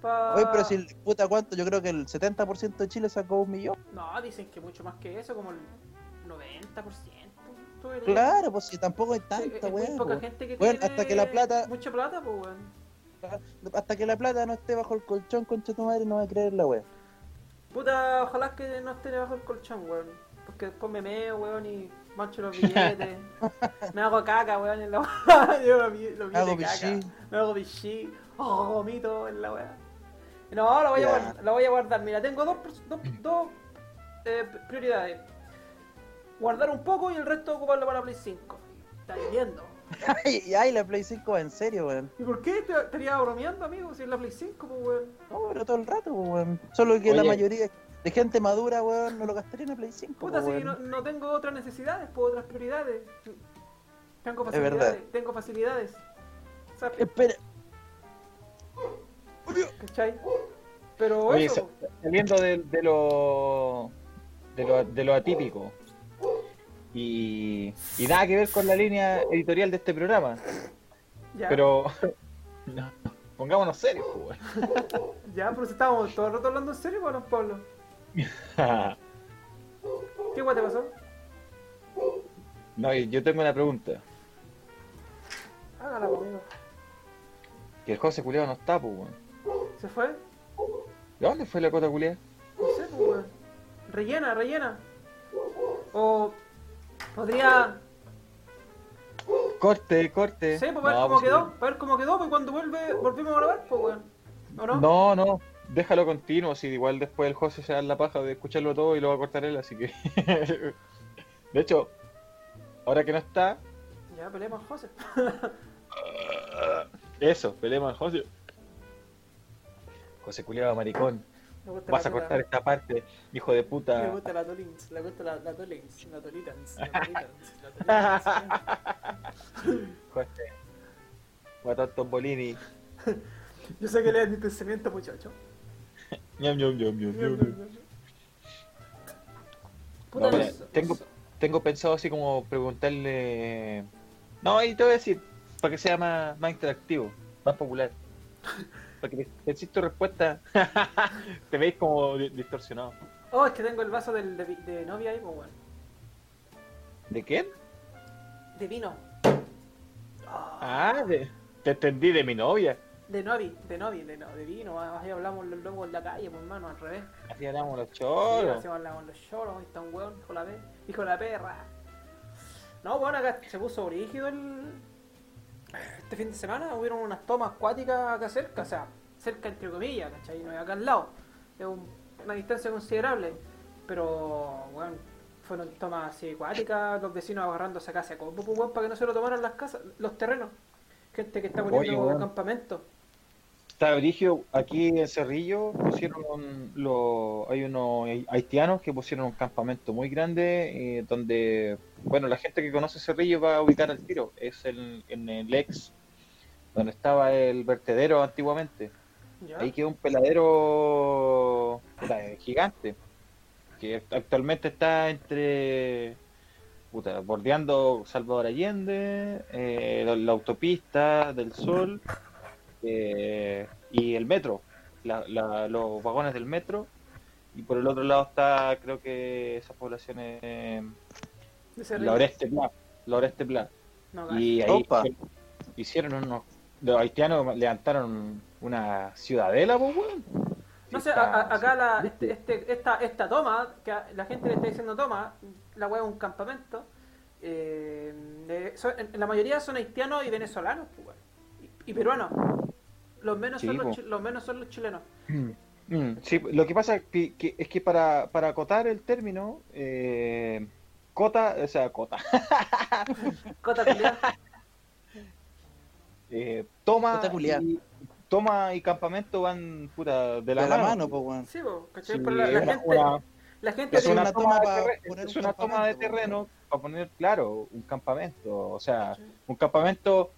Pa...
Oye, pero si, puta, ¿cuánto? Yo creo que el 70% de Chile sacó un millón.
No, dicen que mucho más que eso, como el 90%. ¿Tú eres-
Claro, pues si tampoco hay
Sí,
tanta, pues.
es muy
weón.
poca
po.
gente que
Weón,
tiene
hasta que la plata-
Mucha plata, pues, weón.
Hasta que la plata no esté bajo el colchón, concha tu madre, no va a creer la wea.
Puta, ojalá que no esté debajo del colchón, weón. Porque después me meo, weón, y mancho los billetes. me hago caca, weón, en la Yo los bille- los billetes
Hago
caca.
pichí.
Me hago pichí. Oh, vomito en la weá. No, la voy,
Ya. Mm.
a guardar, la voy a guardar. Mira, tengo dos, pers- dos, dos, eh, prioridades. Guardar un poco y el resto ocuparlo para Play 5. ¿Estás viendo?
Ay, ay, la Play 5 va en serio, weón.
¿Y por qué te estaría bromeando, amigo? Si es la Play 5, pues, weón.
No, pero todo el rato, po, weón. Solo que la
Oye.
mayoría de gente madura, weón, no lo gastaría en la Play 5.
Puta,
po,
si
weón.
no, no tengo otras necesidades, pues otras prioridades. Tengo
Es verdad.
facilidades, tengo facilidades. ¿Sabes?
Espera,
¿Cachai? Pero
Oye,
eso,
sa- saliendo de, de lo, de lo de lo atípico y, y nada que ver con la línea editorial de este programa,
ya,
pero no, pongámonos serios, pues, weón.
ya, pero si estábamos todo el rato hablando en serio, Pablo Pablo. ¿Qué guay te pasó?
No, y yo tengo una pregunta,
Hágala conmigo.
que el José Culeado no está, pues, weón.
¿Se fue?
¿De dónde fue la cota culeada?
No sé, pues, weón. Rellena, rellena. O podría.
Corte, corte.
Sí, pues, para ver
No,
cómo
pues,
quedó, para ver cómo quedó, pues cuando vuelve, volvemos a grabar, pues, weón. ¿O no?
No, no, déjalo continuo, si igual después el José se da la paja de escucharlo todo y lo va a cortar él, así que... de hecho, ahora que no está,
Ya peleemos, José.
Ah. Eso, peleemos al José. José culiado maricón.
Me gusta
Vas
la
a
tula.
cortar esta parte, hijo de
Me
puta.
gusta la Dolins, me gusta la, la Dolins, la Dolitans, la Dolitans, la
José. Mató Tombolini.
Dolitans. Yo sé que lees mi pensamiento, muchacho.
Ñam, ñam, ñam, ñam, ñam, ñam.
Puta,
No,
no
mira,
sé-
tengo- Tengo pensado así como preguntarle. No, ahí te voy a decir, para que sea más, más interactivo, más popular. Para que decís tu respuesta, te veis como di- distorsionado.
Oh, es que tengo el vaso del, de, vi- de novia ahí, pues bueno.
¿De quién?
De vino. Ah,
Ah, de- te entendí de mi novia.
De novi, de novi, de, no- de vino. Ah, Ahí hablamos los locos en la calle, pues hermano, al revés.
Así hablamos los
Sí,
choros.
así hablamos los choros, ahí está un weón, hijo de la, pe- hijo de la perra. No, bueno, acá se puso brígido el... Este fin de semana hubieron unas tomas acuáticas acá cerca, o sea, cerca entre comillas, ¿cachai? No es acá al lado, es un- una distancia considerable, pero, bueno, fueron tomas así acuáticas, los vecinos agarrándose acá a combo, pues, weón, para que no se lo tomaran las casas, los terrenos. Gente que está
Oye,
poniendo
weón.
campamento.
Está Brigio, aquí en Cerrillo pusieron un- lo- hay unos haitianos que pusieron un campamento muy grande eh, donde, bueno, la gente que conoce Cerrillo va a ubicar al tiro. Es el- en el ex, donde estaba el vertedero antiguamente.
¿Ya?
Ahí quedó un peladero puta, eh, gigante, que actualmente está entre, puta, bordeando Salvador Allende, eh, la, la autopista del Sol eh, y el metro, la- la- los vagones del metro. Y por el otro lado está, creo que esas poblaciones, eh,
De ese
la
río.
Oreste Pla, la Oreste Pla.
No,
Y ahí
Opa.
hicieron unos. Los haitianos levantaron una ciudadela, pues, weón.
No
Sí,
sé,
está-
a- a- acá la, este,
¿Viste?
este- esta, esta toma, que a- la gente le está diciendo toma, la hueá es un campamento, eh, de- son- en- la mayoría son haitianos y venezolanos, pues, weón, y, y peruanos. Los menos, son
Sí,
los,
po.
chi- los menos son los chilenos.
Mm, sí, lo que pasa es que, que- es que para, para acotar el término, eh, cota, o sea, cota,
Cota culiao.
eh, toma,
Cota culiá.
y, toma y campamento van puta, de
De
la mano.
pues, weón.
Sí, po, ¿cachai?
Sí,
Pero la, la
una-
gente,
una-
la gente
Entonces,
es
tiene-
una,
una
toma,
toma
de
pa
terre-
poner
es
un
una toma de
campamento,
terreno para poner, claro, un campamento. O sea, un campamento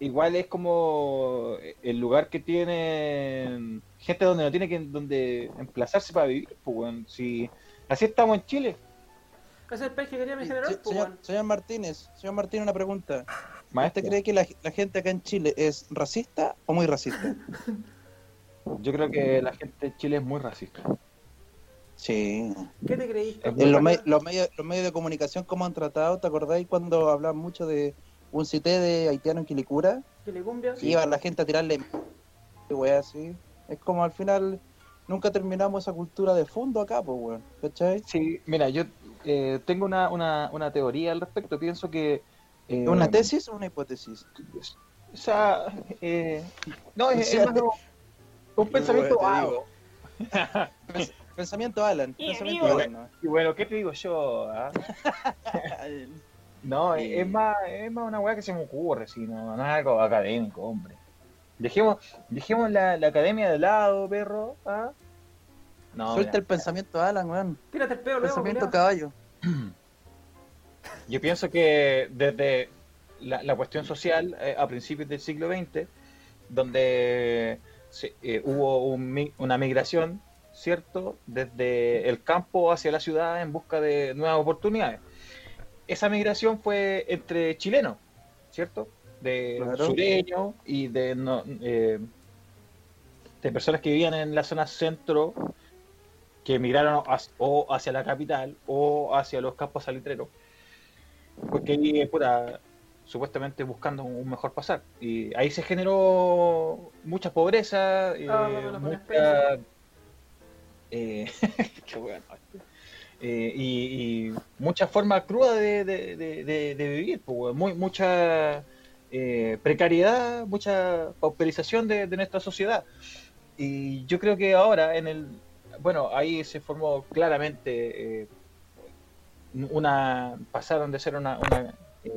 igual es como el lugar que tiene gente donde no tiene que donde emplazarse para vivir. Pues, weón. si, así estamos en Chile.
es el país que quería mi general,
Se-
pues,
señor,
weón.
señor Martínez, señor Martínez, una pregunta.
Maestro,
¿Usted cree que la, la gente acá en Chile es racista o muy racista?
yo creo que la gente en Chile es muy racista.
Sí.
¿Qué te creíste?
En
En los,
weón?
me- los medios, los medios de comunicación, ¿cómo han tratado? ¿Te acordáis cuando hablaban mucho de un cité de haitiano en Quilicura?
¿Que le cumbia?
Que Iba la gente a tirarle m- y weá así. Es como al final nunca terminamos esa cultura de fondo acá, pues weón. ¿Cachai?
Sí, mira, yo eh, tengo una, una, una teoría al respecto. Pienso que. eh,
¿Es una tesis o una hipótesis?
O sea, eh, no, es,
O sea,
es más un- un pensamiento
Bueno, eh, te
vago.
digo. Pens- Pensamiento Alan.
Y
pensamiento
amigo.
Alan, ¿no?
Y bueno, ¿qué te digo yo? ah? No, es- es, más, es más una weá que se me ocurre, si no, no es algo académico, hombre. Dejemos, dejemos la, la academia de lado, perro. ¿ah? No,
Suelta
mira,
el pensamiento Alan, weón.
Tírate el peo luego,
Pensamiento
culiao.
caballo.
yo pienso que desde la, la cuestión social eh, a principios del siglo XX, donde se- eh, hubo un mi- una migración, ¿cierto? Desde el campo hacia la ciudad en busca de nuevas oportunidades. Esa migración fue entre chilenos, ¿cierto? De
Claro.
sureños y de, no- eh, de personas que vivían en la zona centro, que emigraron hacia- o hacia la capital o hacia los campos salitreros. Porque ahí, eh, puta, supuestamente buscando un mejor pasar. Y ahí se generó mucha pobreza, eh,
Ah, bueno, la buena
mucha... eh, qué bueno. Eh, y, y mucha forma cruda de, de- de- de- de vivir, pues, weón. muy, mucha eh, precariedad, mucha pauperización de, de nuestra sociedad. Y yo creo que ahora, en el bueno, ahí se formó claramente eh, una pasaron de ser una, una, eh,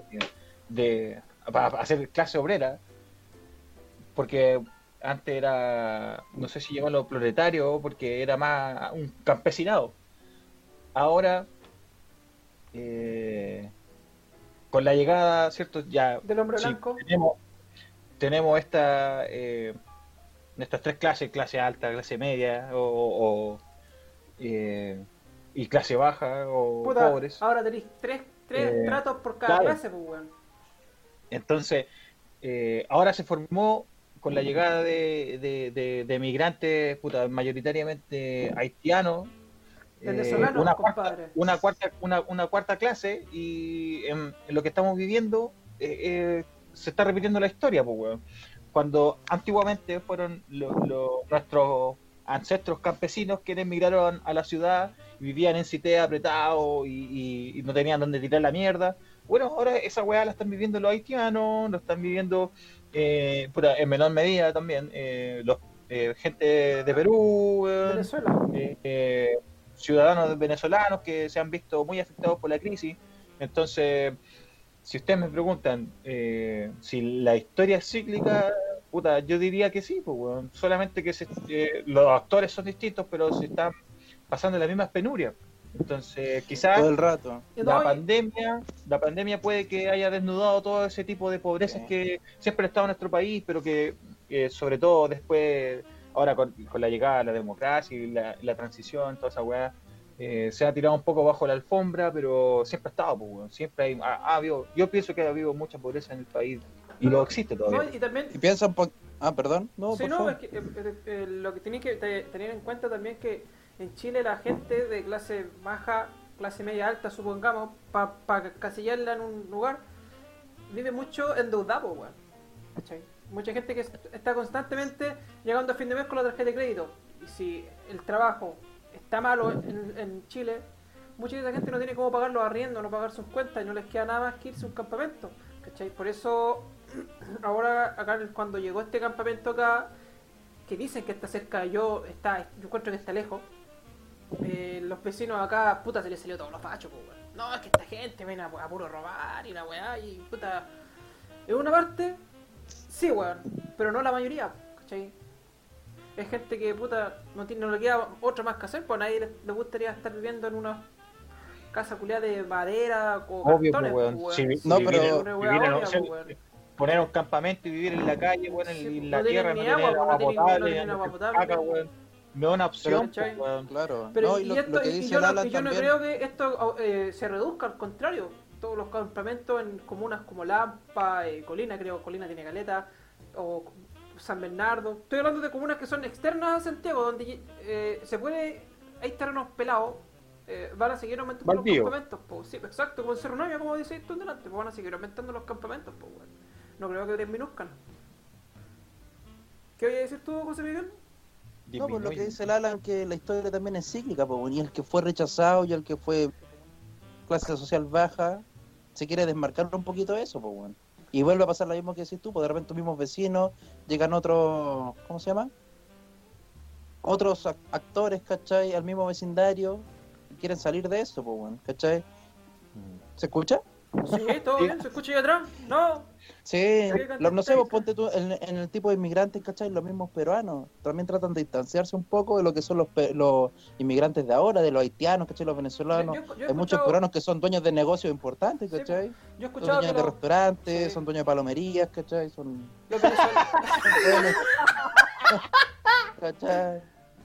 de para hacer clase obrera, porque antes era, no sé si llamarlo proletario, porque era más un campesinado. Ahora, eh, con la llegada, ¿cierto? Ya
Del hombre
Sí,
blanco.
tenemos, tenemos esta, eh, estas tres clases, clase alta, clase media o, o- eh, y clase baja o
Puta,
pobres.
ahora tenéis tres, tres
Eh,
tratos por cada
claro.
clase, pues, weón.
Entonces, eh, ahora se formó con la llegada de, de, de- de migrantes puta, mayoritariamente haitianos. eh,
Venezolanos,
una, cuarta,
compadre.
una, cuarta, una, una cuarta clase y en, en lo que estamos viviendo eh, eh, se está repitiendo la historia, pues, weón. Cuando antiguamente fueron lo- lo- nuestros ancestros campesinos quienes migraron a la ciudad, vivían en citea apretados y, y- y no tenían dónde tirar la mierda. Bueno, ahora esa weá la están viviendo los haitianos, lo están viviendo eh, puta, en menor medida también eh, los eh, gente de Perú, weón
Venezuela.
eh, eh, ciudadanos venezolanos que se han visto muy afectados por la crisis. Entonces, si ustedes me preguntan eh, si la historia es cíclica, puta, yo diría que sí, pues, weón. solamente que se- eh, los actores son distintos, pero se están pasando las mismas penurias. Entonces,
¿Ah?
todo
quizás
el rato.
Y
la
no, y-
pandemia, la pandemia puede que haya desnudado todo ese tipo de pobrezas
Sí.
que siempre ha estado en nuestro país, pero que eh, sobre todo después, ahora con, con la llegada de la democracia y la, la transición, toda esa weá, eh, se ha tirado un poco bajo la alfombra, pero siempre ha estado, pues, weón, siempre hay, ha- ha habido- yo pienso que ha habido mucha pobreza en el país y lo existe
no,
todavía.
y también
Y piensa un poco. Ah, perdón. No,
Sí,
por
no,
favor.
es que, eh, eh, eh, lo que tenéis que te- tener en cuenta también es que en Chile la gente de clase baja, clase media alta, supongamos, para pa casillarla en un lugar, vive mucho endeudado, weón. ¿Cachai? Mucha gente que est- está constantemente llegando a fin de mes con la tarjeta de crédito. Y si el trabajo está malo en, en Chile, mucha de esa gente no tiene cómo pagar los arriendos, no pagar sus cuentas y no les queda nada más que irse a un campamento. ¿Cachai? Por eso ahora acá cuando llegó este campamento acá, que dicen que está cerca, yo está, yo encuentro que está lejos, eh, los vecinos acá, puta, se les salió todos los fachos, pues, weón. No, es que esta gente viene a, a puro robar y la weá, y puta. En una parte, sí, weón, pero no la mayoría, ¿cachai? Es gente que, puta, no, tiene, no le queda otro más que hacer, pues a nadie le, le gustaría estar viviendo en una casa culiada de madera o
Obvio,
cartones,
pues, weón.
pues,
Si vi-
No,
si
pero-
vivir en-
Una
vivir
weá
en-
obvia,
o sea,
pues, weón.
Eh, poner un campamento y vivir en la calle, weón, en
Sí,
en
pues,
la
no
tierra,
tienen ni
no
agua,
tener
pues, no
agua
tienen- no
potable,
tienen
no
agua
tener
potable.
caca, weón. no es una opción,
¿cachai?
pues, weón.
Claro.
Pero
no,
y,
y lo,
esto-
lo que
y- y
dice
yo, no-
Lala
y yo no
también.
creo que esto eh, se reduzca, al contrario. Todos los campamentos en comunas como Lampa, eh, Colina, creo, Colina tiene caleta, o San Bernardo. Estoy hablando de comunas que son externas a Santiago, donde eh, se puede. Hay terrenos pelados, eh, van a seguir aumentando
Baldío.
los campamentos. po. Sí, exacto, con Cerro Navia, como dices tú delante, pues van a seguir aumentando los campamentos. po, weón. No creo que disminuzcan. ¿Qué voy a decir tú, José Miguel?
No, pues lo que
Disminuye.
dice el Alan, que la historia también es cíclica, pues, bueno, y el que fue rechazado y el que fue clase social baja, se quiere desmarcar un poquito de eso, pues, bueno. Y vuelve a pasar lo mismo que decís tú, pues de repente tus mismos vecinos, llegan otros, ¿cómo se llama? Otros ac- actores, ¿cachai? Al mismo vecindario, y quieren salir de eso, pues, bueno, ¿cachai? ¿Se escucha?
Sí, todo
Sí.
bien, se escucha ahí atrás. No,
Sí,
Sí, con
lo- no sé,
TikTok.
vos ponte tú en, en el tipo de inmigrantes, ¿cachai? Los mismos peruanos también tratan de distanciarse un poco de lo que son los, pe- los inmigrantes de ahora, de los haitianos, ¿cachai? Los venezolanos.
Yo- yo- yo he
Hay muchos
escuchado-
peruanos que son dueños de negocios importantes,
Sí,
¿cachai?
Yo he
son
escuchado
dueños
que
de
los,
restaurantes,
sí.
son dueños de palomerías, ¿cachai? Son...
los venezolanos-
¿cachai?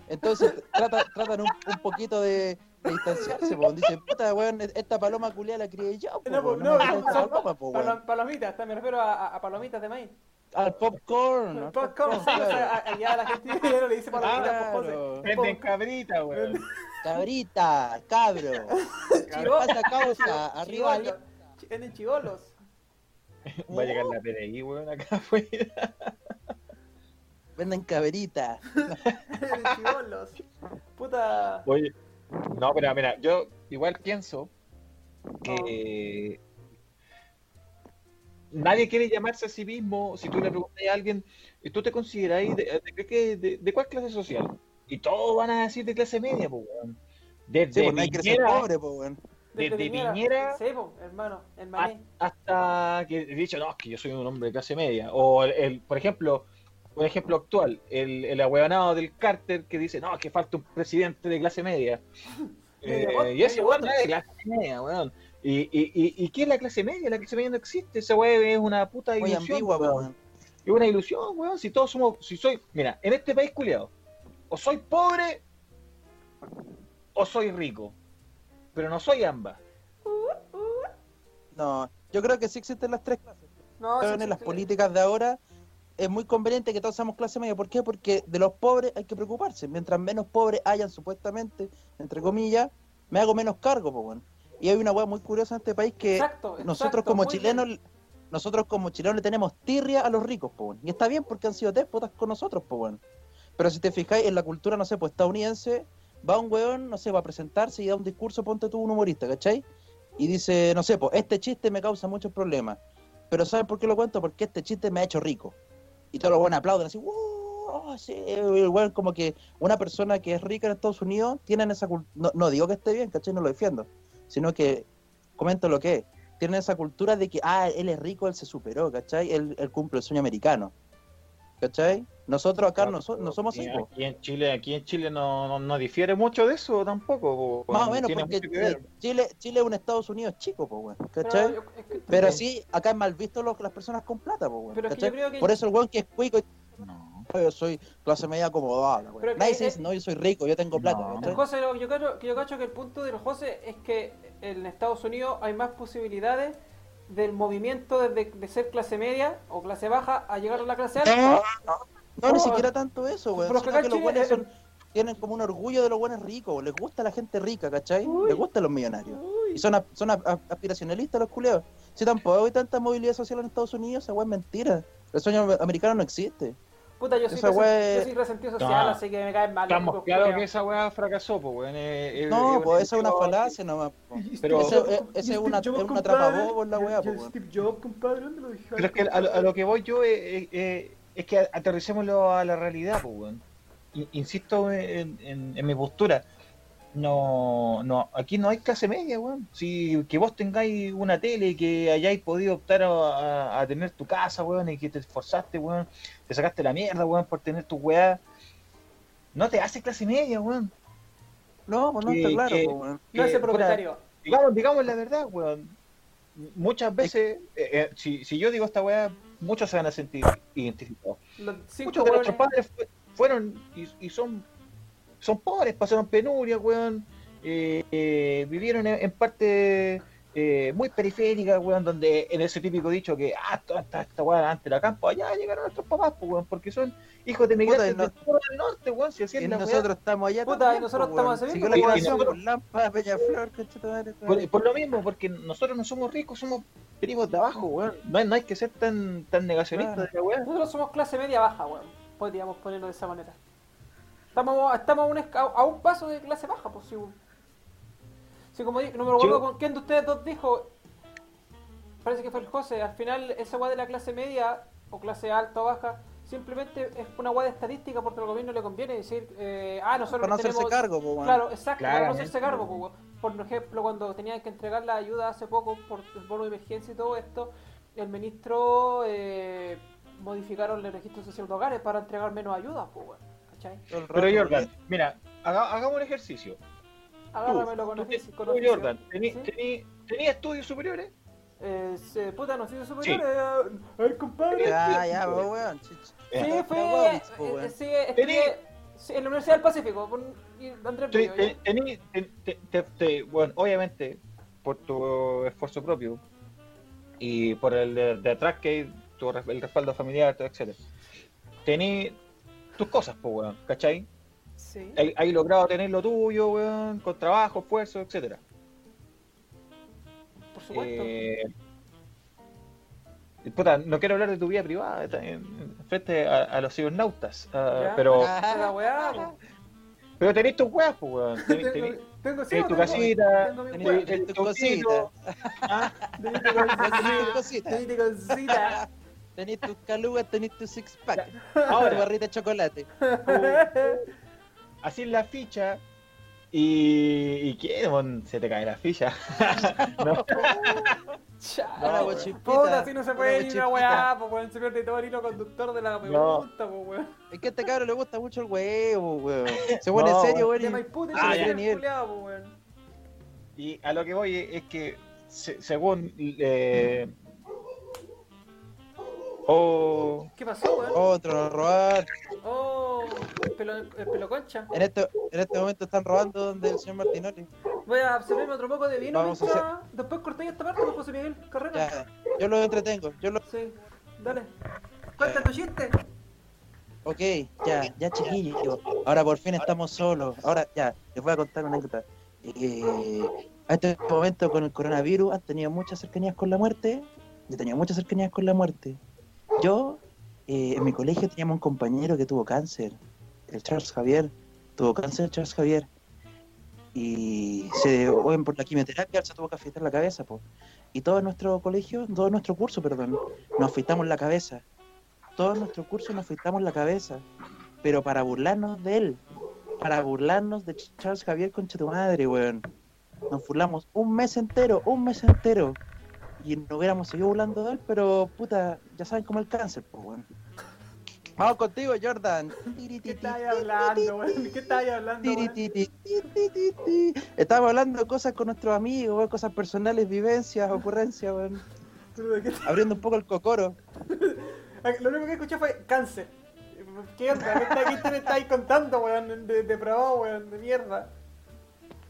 Entonces trata- tratan un, un poquito de, de distanciarse, pues. Dicen, puta, weón, esta paloma culia la crié yo, po,
No,
weón,
pues,
no, me
no,
gusta esta
son-
paloma, po, weón.
palo- palomitas, me refiero a, a- a palomitas de maíz.
Al popcorn. al
Popcorn, sí, o sea, a- allá la gente ya no le dice palomitas, pues,
Claro.
José.
Venden
Pop-
cabrita, weón.
Cabrita, cabro. ¿Qué
Chivolo,
pasa, causa? Arriba.
chivolo,
ali-
chi- Venden chivolos.
Va a llegar la PDI, weón, acá, weón.
Venden caberita.
Venden chivolos. Puta.
Oye, no, pero mira, yo igual pienso que nadie quiere llamarse a sí mismo. Si tú le preguntas a alguien, ¿tú te consideráis de, de, de- de- de cuál clase social? Y todos van a decir de clase media, pues, weón. Desde
Sí, pues no hay que ser
Piñera-
pobre, pues, weón.
Desde Piñera-
Sí, po, hermano, el
Ha-
maní.
hasta que he dicho, no, es que yo soy un hombre de clase media. O, el, el- por ejemplo, un ejemplo actual, el, el ahueonado del Carter que dice, no, es que falta un presidente de clase media. Eh,
Media bota,
y ese
media
weón no
bota.
es de clase media, weón. ¿Y, y, y, ¿Y qué es la clase media? La clase media no existe, esa weón es una puta
Muy
ilusión.
ambigua,
weón.
weón.
Es una ilusión, weón. Si todos somos. Si soy. Mira, en este país culiado. O soy pobre. O soy rico. Pero no soy ambas.
No, yo creo que sí existen las tres clases.
No,
Pero
sí,
en las
sí,
políticas de ahora es muy conveniente que todos seamos clase media. ¿Por qué? Porque de los pobres hay que preocuparse. Mientras menos pobres hayan, supuestamente, entre comillas, me hago menos cargo, po, weón. Y hay una weá muy curiosa en este país que
Exacto,
nosotros
exacto,
como
muy
chilenos
bien.
nosotros como chilenos le tenemos tirria a los ricos, po, weón. Y está bien porque han sido déspotas con nosotros, po, weón. Pero si te fijáis en la cultura, no sé, pues estadounidense, va un weón, no sé, va a presentarse y da un discurso, ponte tú un humorista, ¿cachai? Y dice, no sé, pues este chiste me causa muchos problemas. Pero ¿saben por qué lo cuento? Porque este chiste me ha hecho rico. Y todos los buenos aplauden así, "Uh, oh, sí", el weón como que una persona que es rica en Estados Unidos tienen esa cultura, no, no digo que esté bien, ¿cachai? No lo defiendo, sino que comento lo que es. Tienen esa cultura de que, ah, él es rico, él se superó, ¿cachai? Él, él cumple el sueño americano, ¿cachai? Nosotros acá no, so- no somos
Y
ricos.
Aquí en Chile, aquí en Chile no, no, no difiere mucho de eso tampoco. po,
Más o
weón.
menos,
Tiene
porque
mucho que ver.
eh, Chile, Chile es un Estados Unidos chico, po, weón,
Pero
¿cachai? Pero,
yo- es que-
sí, acá es mal visto los- las personas con plata, po, weón,
Pero es que
¿cachai?
yo creo que-
Por eso el weón que es cuico,
No.
yo soy clase media acomodada,
Pero
weón.
que
Nadie se
es-
dice, no, yo soy rico, yo tengo plata,
No.
¿cachai?
El José, lo- yo, creo, que yo cacho que el punto del José es que en Estados Unidos hay más posibilidades del movimiento desde de ser clase media o clase baja a llegar a la clase alta.
No, ¿Eh? no, ni siquiera tanto eso, weón.
Oh. Pero
sino
acá
que los
Chile-
buenos son- tienen como un orgullo de los buenos ricos. Les gusta la gente rica, ¿cachai?
Uy.
Les gustan los millonarios.
Uy.
Y son, ap- son ap- ap- aspiracionalistas los culeos. Si tampoco hay tanta movilidad social en Estados Unidos, esa weá es mentira. El sueño am- americano no existe.
Puta, yo soy,
esa
resen-
wea-
yo soy resentido social,
No.
así que me caen mal.
Estamos
los
claros
culiados.
que esa weá fracasó, pues, weón. eh, eh,
no,
eh,
pues esa es una
eh,
falacia nomás. po.
Pero-
Ese- eh, ese es una- es una trapabobos la wea, po, weón.
Jobs, compadre, ¿dónde lo dejaste?
Pero es que a lo, a lo que voy yo eh, eh, eh, es que aterricémoslo a la realidad, pues, weón. In- Insisto en, en- en mi postura. No, no, aquí no hay clase media, weón. Si que vos tengáis una tele, que hayáis podido optar a, a- a tener tu casa, weón, y que te esforzaste, weón, te sacaste la mierda, weón, por tener tu weá, no te hace clase media, weón. Eh,
No, pues no
Que-
está claro,
eh,
que-
po, weón.
No ese
Que, puta,
propietario.
digamos, digamos la verdad, weón. Muchas veces, eh, eh, si, si yo digo esta weá, muchos se van a sentir identificados.
Los cinco
Muchos de
hueones-
nuestros padres fue- fueron y, y son, son pobres, pasaron penuria, weón. eh, eh, vivieron en, en parte eh, muy periférica, weón, donde en ese típico dicho que, ah, toda esta, esta weá antes de la campo, allá llegaron nuestros papás, pues, weón, porque son hijos de migrantes
Puta, y no-
del sur al norte, weón, si así es
Y
la weá.
nosotros estamos allá.
Puta,
también,
y nosotros
po, weón.
estamos así
Siguió
mismo,
la
po.
población
Y
por Lampa, Peñaflor, conchetumare,
Por, por lo mismo, porque nosotros no somos ricos, somos primos de abajo, weón. No hay, no hay que ser tan, tan negacionista
Claro.
de la weá.
Nosotros somos clase media baja, weón. Podríamos ponerlo de esa manera. Estamos, estamos a, un, esca- a un paso de clase baja, pues sí, weón. Sí, como dije, no me acuerdo
Yo-
con quién de ustedes dos dijo. Parece que fue el José. Al final, esa weá de la clase media o clase alta o baja simplemente es una weá de estadística porque al gobierno le conviene decir, eh, ah, nosotros
Para no hacerse
tenemos.
cargo, po, weón.
Claro, exacto, para no
Claramente.
hacerse cargo. pues, weón. Por ejemplo, cuando tenían que entregar la ayuda hace poco por el bono de emergencia y todo esto, el ministro eh, modificaron el registro social de hogares para entregar menos ayuda, pues, weón, ¿cachai?
Todo el
Pero
rato,
Jordan, mira, haga- hagamos un ejercicio.
Agárramelo con
tú,
ofici-
tú,
con
tú,
oficio.
Jordan, tení,
¿Sí?
tení- ¿tenía estudios superiores?
Eh, se- puta, no sé superior. eh, ay, compadre.
Ya, ya, po, weón. ch- ch-
Sí, fue.
Ya, weón, po,
eh,
weón.
eh, sí, estudié-
Eh, Tení-
sí, en la Universidad del Pacífico, con y Andrés
Te-
Bello,
te-
ya.
tení- te- te- te- te- bueno, obviamente, por tu esfuerzo propio y por el de, de atrás que hay, tu ref- el respaldo familiar, todo, etcétera. Tení tus cosas, pues, weón, ¿cachai?
Sí.
Hay, hay logrado tener lo tuyo, weón, con trabajo, esfuerzo, etcétera.
Por supuesto.
Eh, puta, no quiero hablar de tu vida privada está en- en- frente a, a los cibernautas, ah,
Ya.
pero,
Esa la weá, po.
pero tenés tus weas, pues, weón. Tenés, tenés-
tengo,
tenés tu
tengo-
casita,
tengo mi
tenés
weá.
el- el
tu
tocino,
Tenés tu casita.
Tenés tus cositas,
Tenés tu casita.
tenés tus calugas, tenés tu six pack, tu
Ahora,
barrita de chocolate.
hacer la ficha y ¿Y, y qué? mon? Se te cae la ficha. no,
Una
Chao.
guachimpita,
Puta, así no se puede ir
guachimpita.
una weá, pues weón, se pierde todo el hilo conductor de la pregunta, pues weón.
Es que a este cabrón le gusta mucho el huevo, weón. Se pone
No,
en serio,
De
weón. y-
Maipú, de
Ah,
ese
ya.
weón culiao, pues weón.
Y a lo que voy es que, se- según. eh, o.
¿Qué pasó, weón?
Otro, nos robar.
Oh, el pelo, el pelo concha.
En este, en este momento están robando donde el señor Martinoli.
Voy a absorberme otro poco de vino
Vamos a
mientras... Después cortáis esta parte, pues, José Miguel. Carrera.
Ya, yo lo entretengo. Yo lo...
Sí, dale. Cuenta tu chiste.
Ok, ya, ya chiquillo. Ahora por fin estamos solos. Ahora ya, les voy a contar una anécdota. Eh, a este momento con el coronavirus han tenido muchas cercanías con la muerte. Yo he tenido muchas cercanías con la muerte. Yo, eh, en mi colegio teníamos un compañero que tuvo cáncer, el Charles Javier. Tuvo cáncer Charles Javier. Y se, bueno, por la quimioterapia se tuvo que afeitar la cabeza. Po. Y todo nuestro colegio, todo nuestro curso, perdón, nos afeitamos la cabeza todos nuestros cursos nos afeitamos la cabeza, pero para burlarnos de él, para burlarnos de Ch- Charles Javier concha tu madre, weón. Nos burlamos un mes entero, un mes entero. Y nos hubiéramos seguido burlando de él, pero puta, ya saben cómo el cáncer, pues weón. Vamos contigo, Jordan.
¿Qué estáis hablando, weón? ¿Qué estáis hablando,
Tiri,
weón?
ti, ti, ti, ti, ti, ti. Estábamos hablando de cosas con nuestros amigos, weón, cosas personales, vivencias, ocurrencias, weón.
¿De qué
Abriendo un poco el cocoro.
Lo único que escuché fue cáncer. ¿Qué onda? ¿Qué está- ¿Qué te me estáis contando, weón? De, depravado, weón, de mierda.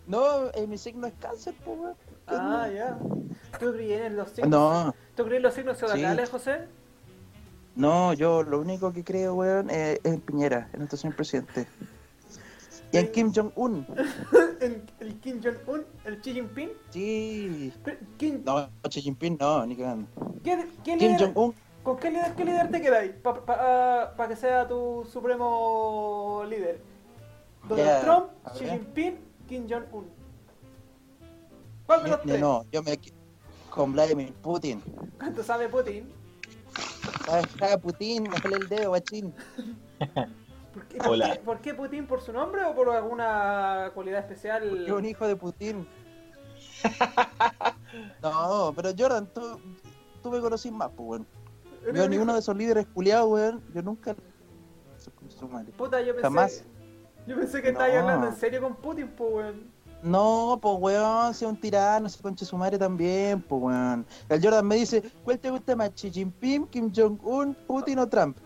No, eh, mi signo es cáncer, pues weón. ¿Qué
Ah,
onda?
ya. ¿Tú crees en los signos?
No,
¿Tú crees en los signos zodiacales, José?
no, yo lo único que creo, weón, eh, es en Piñera, en nuestro señor presidente. Y en Kim Jong-un.
¿En el Kim Jong-un? ¿El Xi Jinping?
Sí.
Pero, ¿Quién,
No, Xi Jinping no, ni cagando.
qué- qué
Kim
líder-
Jong-un.
¿Con qué líder, qué líder te quedáis? Para que sea tu supremo líder. Donald
Ya,
Trump,
a
Xi
ver.
Jinping, Kim Jong-un. ¿Cuál de los
ni- ni-
tres?
eh, No, yo me... qui- Con Vladimir Putin.
¿Cuánto sabe Putin?
Baja Putin, bájale el dedo, guachín.
¿Por qué, por
Hola.
qué- ¿Por qué Putin? ¿Por su nombre o por alguna cualidad
Yo un
especial?
hijo de Putin. No, pero Jordan, tú, tú me conocís más, pues, weón. Yo ninguno de esos líderes culiados, weón. Yo nunca... Su madre.
Puta, yo pensé,
Jamás.
Yo pensé que estabas
No.
hablando en serio con Putin, pues weón.
No, pues weón, sea un tirano, sea conche su madre también, pues weón. El Jordan me dice, ¿cuál te gusta más, Xi Jinping, Kim Jong-un, Putin o Trump?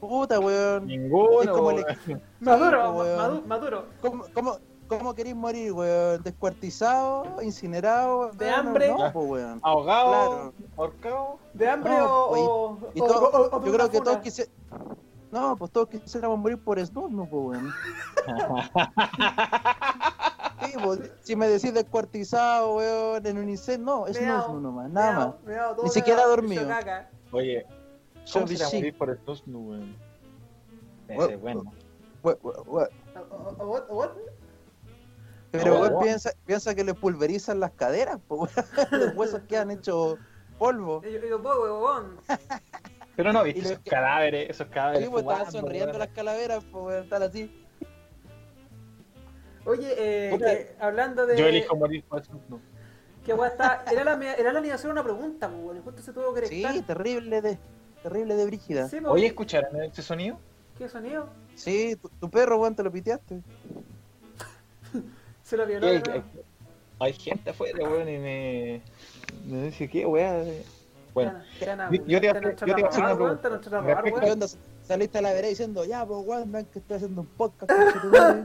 Puta, weón.
Ninguno.
Es como el-
weón.
Maduro,
pues,
ma-
weón.
madu- maduro.
¿Cómo, cómo, cómo querés morir, weón? ¿Descuartizado? ¿Incinerado?
¿De
No, no,
hambre?
No, pues weón.
Ahogado,
Claro.
ahorcado.
¿De hambre
No, pues,
o, o,
Y
o-
todo-
o- o de
yo
una
creo que todos
funa?
quisieran... No, pues todos quisiéramos morir por Snoop, no, pues weón. Sí, pues, si me decís descuartizado, weón, en un incendio, no, es
Meao,
no nomás, nada más.
meao, meao, todo
Ni siquiera
meao,
dormido.
hizo caca.
Oye,
Yo
¿cómo será
sí.
morir por el Snusnu, weón? Ese
Bueno,
bueno.
we- we- we-
O- o- o- o- o-
Pero
No,
weón,
no.
piensa, piensa que le pulverizan las caderas, po, weón. los huesos quedan hechos polvo.
Yo, yo puedo, huevón.
Pero no, viste
Y lo
esos
que-
cadáveres, esos cadáveres.
Sí, pues, estaban
fumando,
sonriendo
weón.
las calaveras, po, weón, están así.
Oye, eh,
Puta,
que hablando de.
Yo elijo morir por el Snusnu.
Que weá está. Era la, me- era la ni hacer una pregunta, pues, weón. Justo se tuvo que
Sí,
erectar.
terrible de, terrible de brígida.
Sí, pues,
Oye, ¿escucharon ese sonido?
¿Qué sonido?
Sí, tu, tu perro, weón, te lo piteaste.
Se lo violó.
Hay,
¿no?
hay- hay gente afuera, weón, y me. Me dice, ¿qué, weón? Bueno,
Te van a-
yo- yo te iba a hacer-
van
yo te iba a hacer
robar,
una
weón,
pregunta.
te van a robar,
Respecto-
¿Qué
weón.
onda? Saliste a la vereda diciendo, ya, pues, weón, ven que estoy haciendo un podcast. conche tu madre.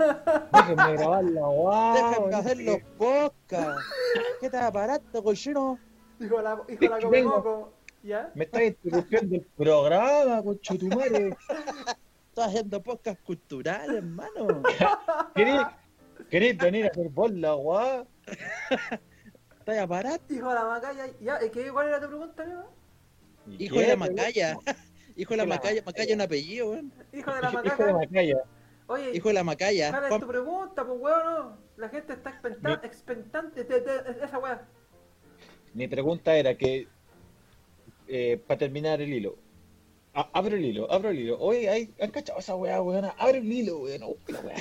déjenme grabar la weón.
Déjenme hacer los podcasts. ¿Qué te aparato, cochino?
Dijo la, dijo la
Es que
Come
vengo.
Coco. ¿Ya?
Me está interrumpiendo el programa, conchetumare.
Estoy haciendo podcast cultural, hermano.
¿Querés, ¿Querés venir a hacer vos la weá?
Estás aparato.
Dijo la Macaya. ¿Ya? ¿Y ¿Qué, ¿Cuál era tu pregunta, amigo?
¿Y
Hijo de la
qué,
Macaya. Hijo de la
Hijo de la
Macaya. Macaya es un apellido, weón.
Hijo de la
weón? Hijo de
Macaya.
Macaya.
Oye,
Hijo de la Macaya.
¿cuál es
Juan-
tu pregunta, pues, weón? no? La gente está expectante. expectante de- de- de- de esa weá.
Mi pregunta era que, eh, para terminar el hilo, A- abre el hilo, abre el hilo. Oye, hay, ¿han cachado esa weá, weón? Abre el hilo, weón. Uy, la weá.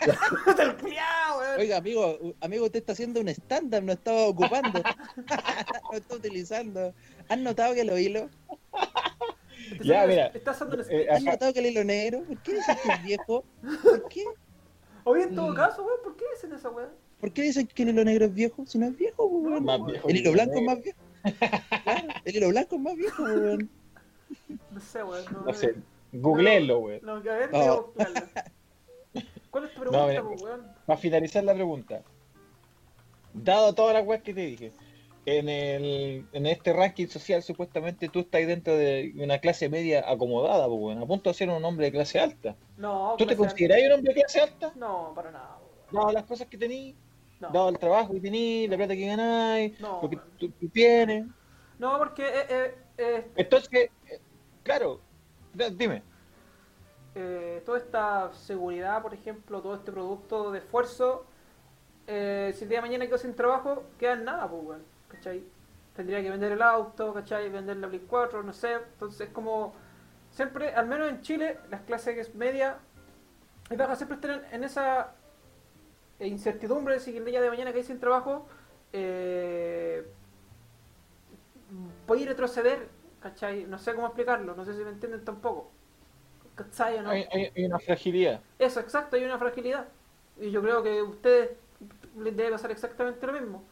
¡Del culiao, weón!
Oiga, amigo, u- amigo, usted está haciendo un estándar, no estaba ocupando. no está utilizando. ¿Has notado que los hilos?
Está
Ya,
haciendo-
mira.
Está haciendo el
Eh,
¿Has
acá-
notado que el hilo negro? ¿Por qué dicen que es viejo? ¿Por qué?
Oye, en
mm.
todo caso, weón, ¿por qué dicen esa weón?
¿Por qué dicen que el hilo negro es viejo? Si no es viejo, weón.
Más viejo
El
que
hilo
la
blanco es
negra.
más viejo. eh. Claro, el hilo blanco es más viejo, weón.
No sé, weón. No,
No sé, googleenlo, weón.
No, que a ver,
No.
voy a buscarlo. ¿Cuál es tu pregunta,
mira.
po, weón?
Para finalizar la pregunta, dado todas las weas que te dije, en, el, en este ranking social supuestamente tú estás dentro de una clase media acomodada, pues, weón, a punto de ser un hombre de clase alta.
No,
¿Tú te
clase
considerás un hombre de clase alta?
alta. No, para nada, po, weón.
Dado las cosas que tenís,
No.
dado el trabajo que tenís, la plata que ganáis,
No,
lo que
weón.
tú, tú tienes.
No, porque eh, eh, eh,
Entonces, eh, claro, da- dime,
eh, toda esta seguridad, por ejemplo, todo este producto de esfuerzo, eh, si el día de mañana quedo sin trabajo, queda en nada, pues, weón. ¿Cachai? Tendría que vender el auto, ¿cachai? Vender la Play 4, no sé. Entonces, como siempre, al menos en Chile, las clases medias y bajas siempre están en, en esa eh, incertidumbre de si el día de mañana quedáis sin trabajo, eh, voy a retroceder, ¿cachai? No sé cómo explicarlo, no sé si me entienden tampoco. ¿Cachai o no?
hay, hay- hay una fragilidad.
Eso, exacto, hay una fragilidad. Y yo creo que a ustedes les debe pasar exactamente lo mismo.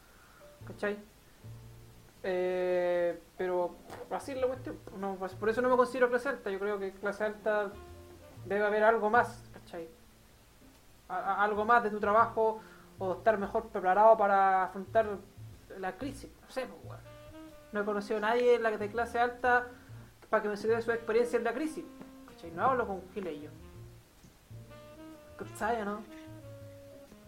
¿Cachai? Eh, pero así es la cuestión. No, pues, por eso no me considero clase alta. Yo creo que clase alta debe haber algo más, ¿cachai? A- a- algo más de tu trabajo o estar mejor preparado para afrontar la crisis. No sé, pues, weón. No he conocido a nadie en la de clase alta para que me sirva su experiencia en la crisis. ¿Cachai? No hablo con gileños. ¿Cachai o no?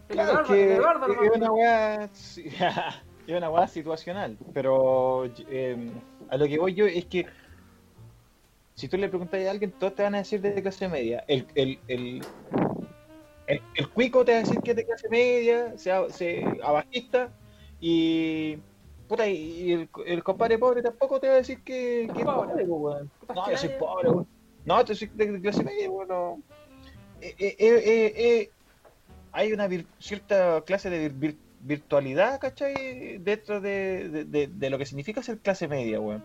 El
Claro,
Eduardo-
que
el Eduardo nomás.
es una weá, sí, es una weá situacional, pero eh, a lo que voy yo es que si tú le preguntas a alguien, todos te van a decir de clase media. El, el, el, el- el cuico te va a decir que es de clase media, sea, se- abajista, y, puta, y el, el compadre pobre tampoco te va a decir que, que es
Pobre.
pobre, po, weón.
Puta,
No,
que
yo soy
nadie-
pobre, weón. No, yo soy de de clase media, weón. no. Eh, eh, eh, eh, eh, hay una vir- cierta clase de vir- vir- virtualidad, ¿cachai? Dentro de, de- de- de lo que significa ser clase media, weón.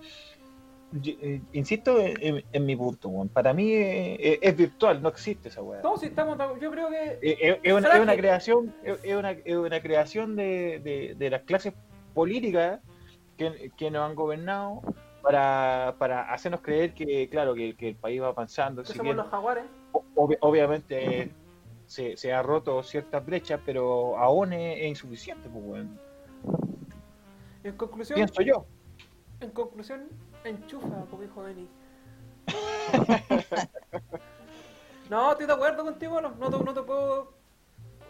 Yo, eh, insisto en, en- en mi punto, weón. Para mí eh, eh, es virtual, no existe esa weá.
No, si estamos. Yo creo que.
Eh, eh, es, una, es
Frágil.
una creación, es es una, es una creación de, de- de las clases políticas que, que nos han gobernado para, para hacernos creer que, claro, que, que el país va avanzando.
Que
si
somos
bien
los jaguares.
o- obvi- obviamente eh, se, se ha roto ciertas brechas, pero aún es, es insuficiente, pues, weón.
En conclusión,
pienso yo.
en conclusión, enchufa, como dijo Denis. no, estoy de acuerdo contigo, no, no, te, no te puedo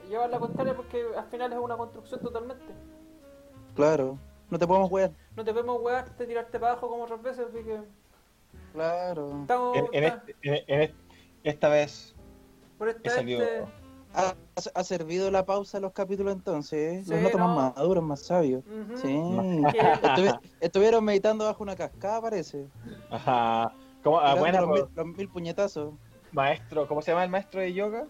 llevar la contraria porque al final es una construcción totalmente.
Claro, no te podemos wear.
No te podemos wearte, tirarte para abajo como otras veces, así que
Claro.
estamos
En, en
está-
este- en- en este- esta vez
por
he
esta
salido.
este,
Ha, ha servido la pausa a los capítulos entonces, ¿eh? Los
Sí,
noto
no. Mm.
más maduros, más sabios.
ujú,
Sí.
que-
Estuvi- estuvieron meditando bajo una cascada, parece.
Ajá. ¿Cómo- ah,
Tirando
buena,
los,
po,
mil, los mil puñetazos.
maestro. ¿Cómo se llama el maestro de yoga?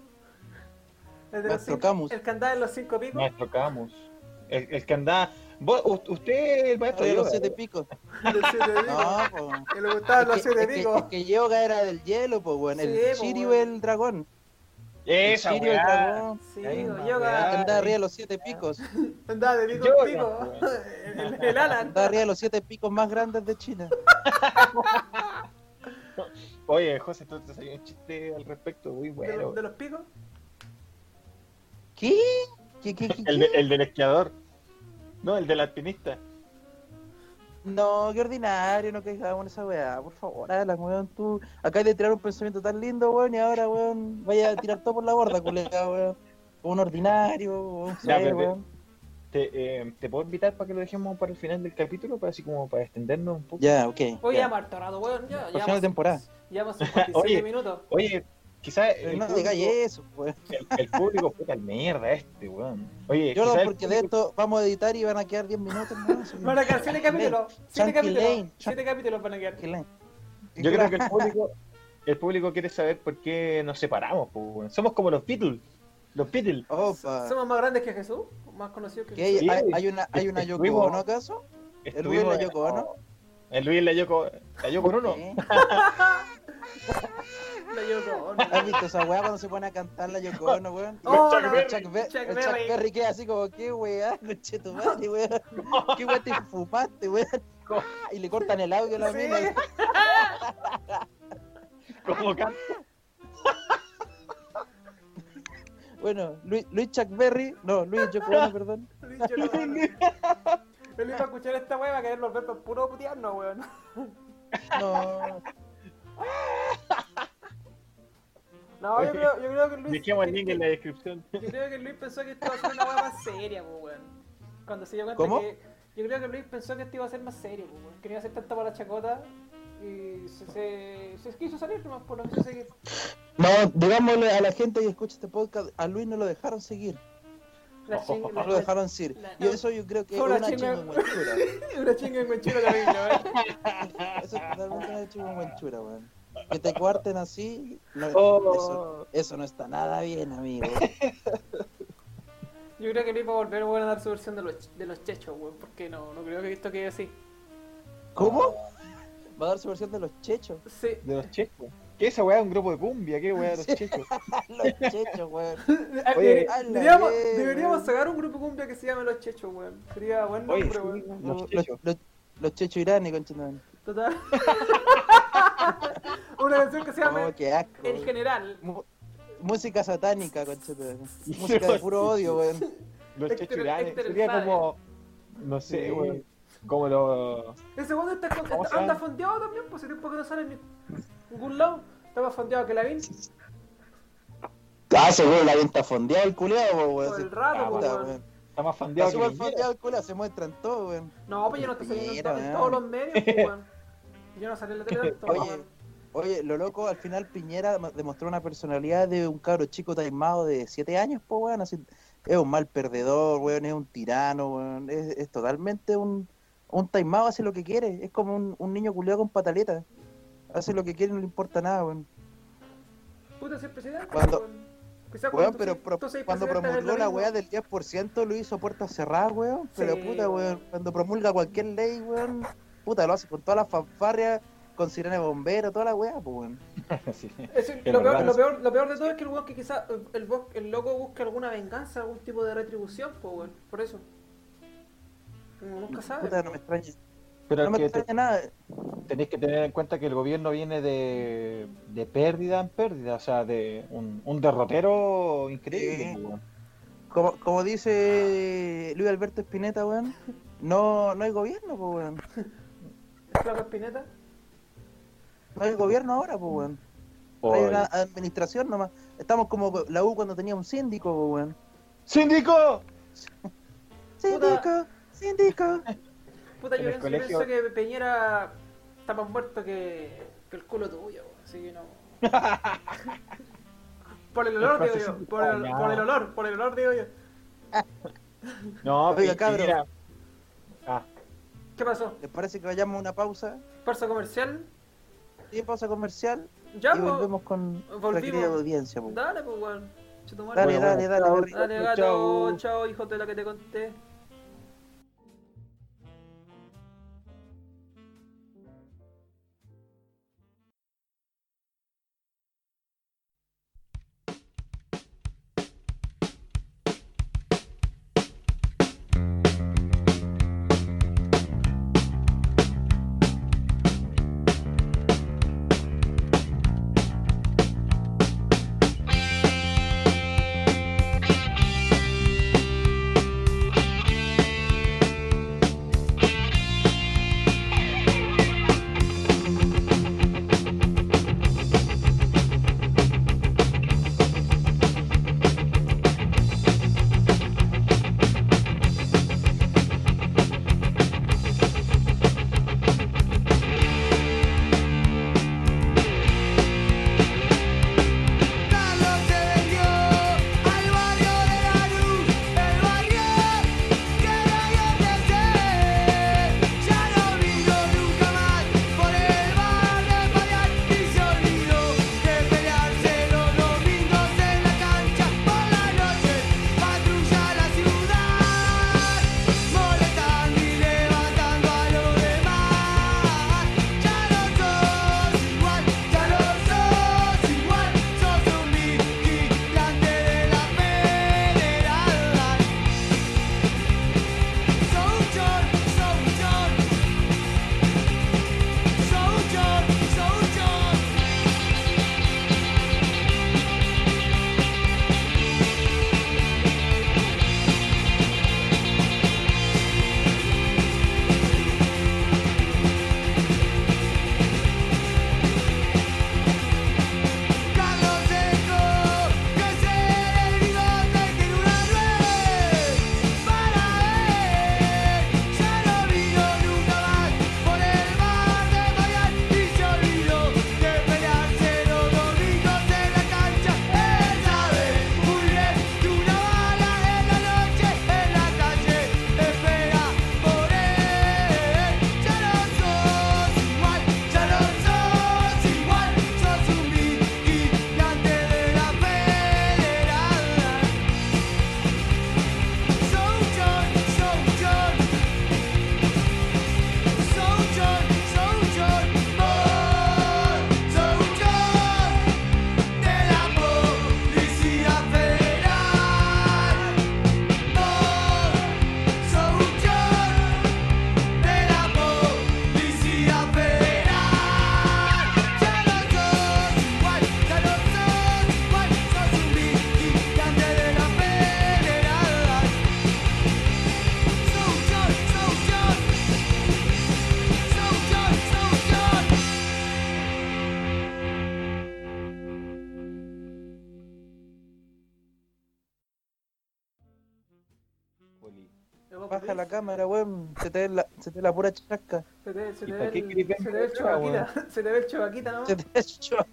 el, de los
Maestro
cinco-
Camus.
el que andaba en los cinco picos.
Maestro Camus. El, el que anda. Vos, u- usted es el
Arriba
maestro de
de los
yoga.
siete picos.
los siete picos.
No, pues.
Que le gustaban los
Es que,
siete
es que-
picos.
es que yoga era del hielo, pues, weón.
Sí,
El
pues,
Shiryu
weón.
el dragón.
Esa
el Shiryu el
weá.
dragón.
Sí,
Ay,
don
ma-
yoga.
El que andaba
Ay.
arriba de los siete picos.
Andaba de pico
Yo, pues.
en pico. El, el Alan.
Andaba arriba de los siete picos más grandes de China.
Oye, José, tú te salió un chiste al respecto muy
de,
bueno.
de los picos.
¿Qué? ¿Qué, qué, qué, qué?
El, de- el del esquiador. No, el del alpinista.
No, qué ordinario, no caigamos en esa weá. Por favor, Alan, weón, tú. Acabas de tirar un pensamiento tan lindo, weón, y ahora, weón, vaya a tirar todo por la borda, colega, weón. Un ordinario, un
Ya,
ser,
pero-
weón.
Te, eh, te puedo invitar para que lo dejemos para el final del capítulo, para así como para extendernos un poco.
Ya, ok.
Hoy
Ya.
ya harto rato, weón. Ya,
Por
ya
final de temporada.
Llevamos 57
Oye.
minutos.
Oye, quizás
Pero
el,
Eh, no
público-
digáis eso, weón.
el- el público fue tal mierda este, weón. Oye,
Yo no,
quizá el
porque de
público-
esto vamos a editar y van a quedar 10 minutos, más.
Van a quedar 7 capítulos. 7
Tranquilane.
capítulos. 7 capítulos van a quedar.
Tranquila.
Yo creo que el público, el público quiere saber por qué nos separamos. po, weón. Somos como los Beatles. Los Beatles.
Opa.
Somos más grandes que Jesús, más conocidos que
¿Qué hay,
Sí.
hay- hay una, hay una Yoko
Estuvimos-
Ono, acaso? ¿El Luis
Estuvimos-
la Yoko Ono?
El Luis la Yoko. La Yoko Ono.
Sí.
Jesús. La Yoko Ono.
¿Has visto esa weá cuando se pone a cantar la Yoko Ono, weón?
Oh, no,
Chuck
no,
El
Berry.
Chuck, Be-
Chuck
el Chuck
Berry.
Berry queda así como, ¿qué weá? Conche tu madre, weón. ¿Qué weá te fumaste, weón? Y le cortan el audio a la
Sí.
mina. y-
Como canta.
Bueno, Luis, Luis Chuck Berry, no, Luis Yoko Ono, perdón.
El Yoko Ono. El iba a escuchar esta weá y va a querer volver por puro putearnos, weón.
No.
No, yo creo, yo creo que Luis.
Dejemos el link en la descripción.
Yo creo que Luis pensó que esto iba a ser una weá más seria, po, weón. Cuando se dio cuenta
¿Cómo?
que. Yo creo que Luis pensó que esto iba a ser más serio, po, weón. Que no iba a ser tanto para la chacota. Y se, se, se quiso salir nomás, por no quiso seguir.
No, digámosle a la gente que escucha este podcast, a Luis no lo dejaron seguir,
Oh,
La ching-
no lo dejaron seguir. Y eso yo creo que es
Fue una
una
chinga-
chingüenchura.
Una chinga en Guanchulo terrible, weón.
Eso es totalmente una chingüenchura, weón. Que te cuarten así, no- eso,
Oh.
eso no está nada bien, amigo.
Yo creo que Luis va a volver, weón, a dar su versión de los, de los chechos, weón. Porque no, no creo que esto quede así.
¿Cómo? Va a dar su versión de los chechos.
Sí. eh,
De los checos. ¿Qué esa weá es un grupo de cumbia? ¿Qué weá de los checos?
Los chechos, weón.
Oye,
a la
eh, deberíamos,
vez,
deberíamos
weón.
sacar un grupo cumbia que se llame Los Chechos, weón. Sería buen
Oye,
nombre,
sí.
weón.
Los,
Los chechos.
los- los chechos iránicos, conchetumare.
Total. Una canción que se llama
Oh, qué asco.
El
weón.
General.
Mu- música satánica, conchetumare. Música de puro odio, weón.
Los
Héctor-
checos iranes.
Héctor
Sería
Elfade.
como. No sé,
Sí.
weón. Como los.
Ese weón está, está-
¿Cómo se
anda
llama?
fondeado también, pues ese tiempo que no sale en ni- ningún lado. Está más fondeado que la Vin.
Ah, seguro la venta fondeada el culeado, weón.
Por el
Sí,
rato,
Ah,
pues,
puta,
weón.
weón.
Está más
Está
fandeado que
súper
la mierda.
fondeado el culeado, se muestran todo, weón.
No, pues yo no estoy saliendo en,
Mentira,
to- en
weón.
todos los medios, pues, weón. Yo no salí en la tele tanto,
Oye.
weón.
Oye, lo loco, al final Piñera ma- demostró una personalidad de un cabro chico taimado de 7 años, po, weón. Así, es un mal perdedor, weón, es un tirano, weón. Es, es totalmente un, un taimado, hace lo que quiere. Es como un, un niño culiado con pataletas. Hace lo que quiere, no le importa nada, weón.
Puta, si es presidente,
Cuando-
weón. Quizás
Weón,
tú
pero
seas-
pro-
tú seas
cuando
presidente es lo
promulgó la
mismo.
weá del 10% lo hizo a puertas cerradas, weón. Pero
Sí,
puta,
weón.
weón, cuando promulga cualquier ley, weón, puta, lo hace con todas las fanfarrias, con sirena de bombero, toda la weá, pues, weón.
Sí.
Es decir,
Es
lo, peor,
verdad.
lo, peor, lo peor de todo es que el weón que quizás el, bo- el loco busca alguna venganza, algún tipo de retribución, pues weón, por eso. Uno nunca sabe.
Puta, no me extraña,
Pero
no me
que te-
extraña nada.
tenéis que tener en cuenta que el gobierno viene de, de pérdida en pérdida, o sea, de un, un derrotero increíble.
Sí.
weón.
Como, como dice Luis Alberto Espineta, weón, no, no hay gobierno, pues, weón.
Flaco Espineta.
No hay gobierno ahora, pues, weón. Hay
Oye.
una administración nomás. Estamos como la U cuando tenía un síndico, pues, weón.
¡Síndico!
Síndico, síndico.
Puta,
En
yo
el
pienso,
colegio-
yo pienso que Peñera está más muerto que, que el culo tuyo, weón, así que no. por el olor,
El
digo yo.
proceso-
Por el,
Oh, no.
por el olor, por el olor, digo yo.
No,
Oiga,
Pi-
cabro.
Piñera. Ah,
¿Qué pasó?
¿Les parece que vayamos a una pausa?
¿Parso comercial?
Sí, pausa comercial
¿Ya?
y
po?
volvemos con nuestra
volvimos.
querida audiencia, pues.
Dale, pues weón. Chetumare.
Dale,
Bueno,
dale, dale,
chao.
Barry.
Dale,
Chau,
gato.
chau.
Chao, hijo de la que te conté.
Thank
Evópolis.
Baja la cámara, weón. Se te ve la, se te ve la pura chasca.
Se te, se
¿Y
te
para
ve
qué
el,
querés ver
se te ve el
la cara, weón?
chavaquita. Se te ve el chavaquita, ¿no?
Se te ve el cho-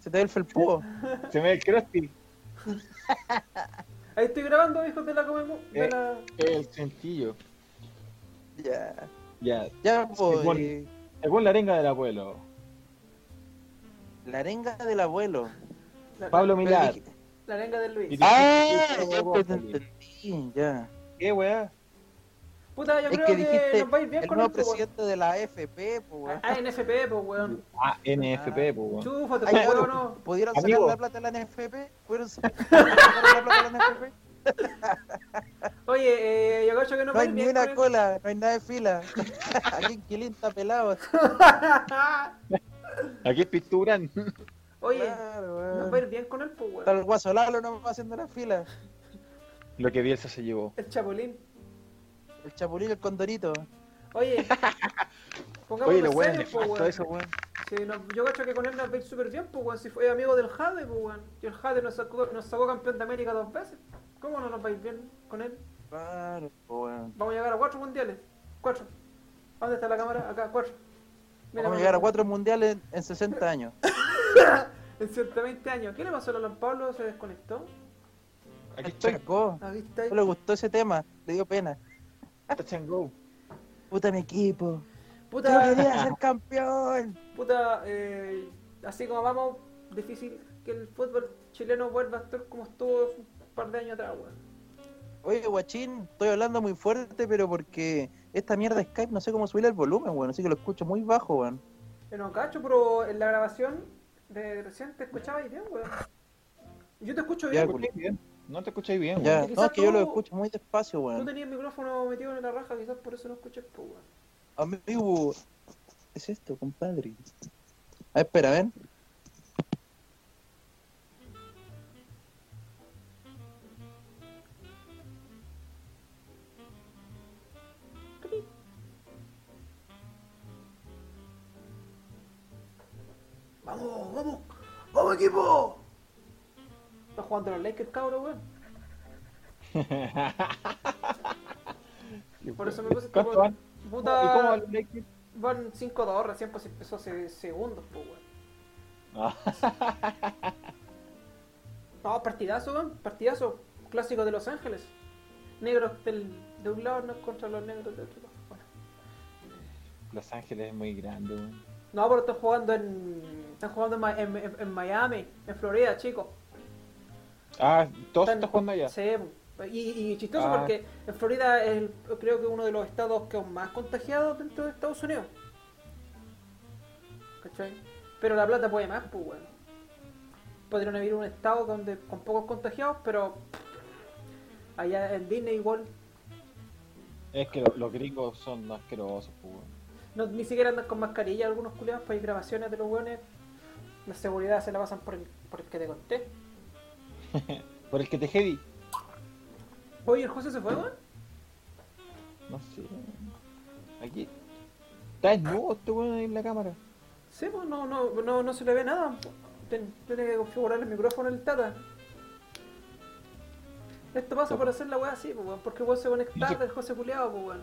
Se te ve el felpudo.
Se me este ve el Krusty.
Ahí estoy grabando, hijos de la comemo. De
Eh.
la...
El sencillo.
Ya.
Ya.
Ya, pues.
Sí, bueno.
eh,
Según la arenga del abuelo.
La arenga del abuelo.
La,
Pablo
Pero
Milar.
dije-
La arenga del Luis.
Ah.
Ah,
dijiste
ya pues,
Evópolis.
te entendí, ya.
¿Qué, weá?
Puta, yo
Es
creo
que
que,
dijiste
nos va a ir bien
el
con
nuevo
esto, weón.
presidente de la AFP, pues, weón.
Ah, en FP, pues, weón.
Ah, NFP, pues, weón.
Chúfate,
Ay,
pues,
claro,
weón, no.
¿Pudieron
Amigo.
sacar la plata de la NFP? ¿Pudieron sacar la plata de la NFP?
Oye, eh, yo cacho que no
No
va a
hay
ir
ni
bien
una
con
cola, no hay nada de fila. Aquí en Quilín está pelado.
el...
Aquí es Picturan.
Oye,
Claro,
nos
weón.
va a ir bien con él, pues,
Está
weón.
el guaso Lalo no va haciendo la fila.
Lo que Bielsa se llevó.
El chapulín.
El chapulín y el condorito.
Oye,
Oye,
pongámonos
lo weón,
serios, pues,
nefasto
weón.
eso, weón.
Sí, no- yo cacho que con él nos va a ir súper bien, pues, weón. Si fue amigo del Jade, pues, weón. Y el Jade nos sacó, nos sacó campeón de América dos veces. ¿Cómo no nos va a ir bien con él?
Claro, weón.
Vamos a llegar a cuatro mundiales. Cuatro. ¿Dónde está la cámara? Acá, cuatro. Mira,
Vamos a llegar a cuatro mundiales en, en 60 años.
En 120 años. ¿Qué le pasó a Lolan Pablo? ¿Se desconectó?
Aquí
Al Chacó.
Aquí está.
No le gustó ese tema, le dio pena.
está Chango.
Puta mi equipo. Yo
Puta,
quería ser campeón.
puta, eh, así como vamos, difícil que el fútbol chileno vuelva a estar como estuvo un par de años atrás, weón.
Oye, guachín, estoy hablando muy fuerte, pero porque esta mierda de Skype no sé cómo subirle el volumen, weón. Así que lo escucho muy bajo, weón.
En no cacho, pero en la grabación de recién te escuchaba y bien, weón. Yo te escucho
Ya,
bien.
culo.
No te escucháis bien, weón.
Ya,
que
no, es
quizás
que yo lo
tú-
escucho muy despacio,
Tú
weón.
tenías el micrófono metido en la raja, quizás por eso no escuché, pues, weón.
Amigo, ¿qué es esto, compadre? Ah, espera, ven.
¡Vamos, vamos! ¡Vamos, equipo! Está jugando los Lakers, cabrón, weón.
Sí,
Por eso me
weón.
puse este
¿Cuánto van?
weón.
¿Y cómo
Puta,
van los Lakers?
van 5-2, recién pues empezó hace segundos, pues, weón.
Ah,
No, partidazo, weón. Partidazo. Clásico de Los Ángeles. Negros del, de un lado no contra los negros del otro lado. Bueno.
Los Ángeles es muy grande, weón.
No, pero están jugando en. Están jugando en, Ma- en- en- en Miami, en Florida, chicos.
Ah, todos están jugando allá.
Sí, po. y, y chistoso
Ah.
porque en Florida es el- creo que uno de los estados que aún más contagiados dentro de Estados Unidos. ¿Cachai? Pero la plata puede más, pues bueno. Podrían haber un estado donde con pocos contagiados, pero allá en Disney igual
Es que lo- los gringos son asquerosos, pues, weón.
No, ni siquiera andan con mascarilla algunos culiados, pues hay grabaciones de los hueones. La seguridad se la pasan por el, por el que te conté.
Por el que te heavy.
Oye, ¿el José se fue, weón?
No sé. Aquí. Está desnudo este weón ahí en la cámara.
Sí, pues no, no, no, no se le ve nada. Ten- tiene que configurar el micrófono el Tata. Esto pasa por hacer la weá así, pues, weón, porque el weón se conecta tarde, el José culiado, pues, weón.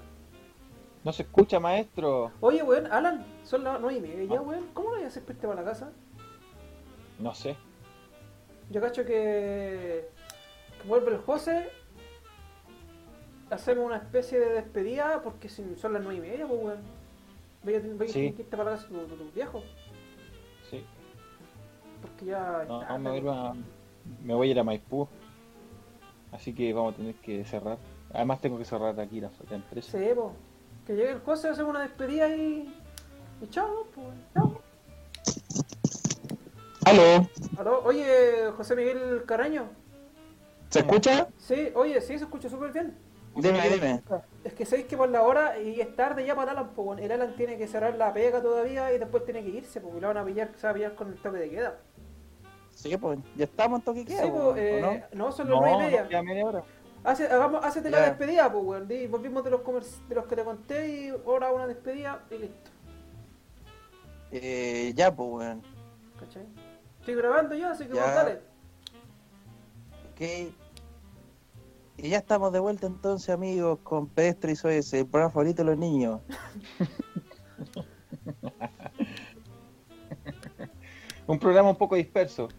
No se escucha, maestro.
Oye, weón, Alan, son las 9 y media ya, weón. ¿Cómo lo voy a hacer para irte para la casa?
No sé.
Yo cacho que vuelve el José. Hacemos una especie de despedida porque si- son las nueve y media, pues weón. Voy a voy a
Sí.
tener que irte para la casa de tu- de tus viejos.
Sí.
Porque ya.
No,
es
no, me, voy a
tarde,
ir a, me voy a ir a Maipú. Así que vamos a tener que cerrar. Además tengo que cerrar aquí la, la empresa.
Sí, po. Que llegue el José, hacemos una despedida y. Y chao, pues. Chao.
Aló,
Aló, Oye, José Miguel Carreño.
¿se escucha?
Sí, oye, sí, se escucha súper bien.
Dime, dime.
Pues Es que sabéis que por la hora y es tarde ya para Alan, pues, weón. el Alan tiene que cerrar la pega todavía y después tiene que irse, porque lo van a pillar, se va a pillar con el toque de queda.
Sí, pues, ya estamos en toque de queda,
sí,
weón,
pues, eh,
¿o
no? son las
No,
nueve
no,
y media.
queda media hora.
Hace, hagamos, hácete la
Ya.
despedida, pues, weón. Y volvimos de los, comer- de los que te conté y ahora una despedida y listo.
no? Eh, ya, pues, weón.
¿Cachai? Estoy grabando ya, así que
Ya.
vos dale.
Ok. Y ya estamos de vuelta entonces, amigos, con Pedestro y Soy ese, el programa favorito de los niños.
Un programa un poco disperso.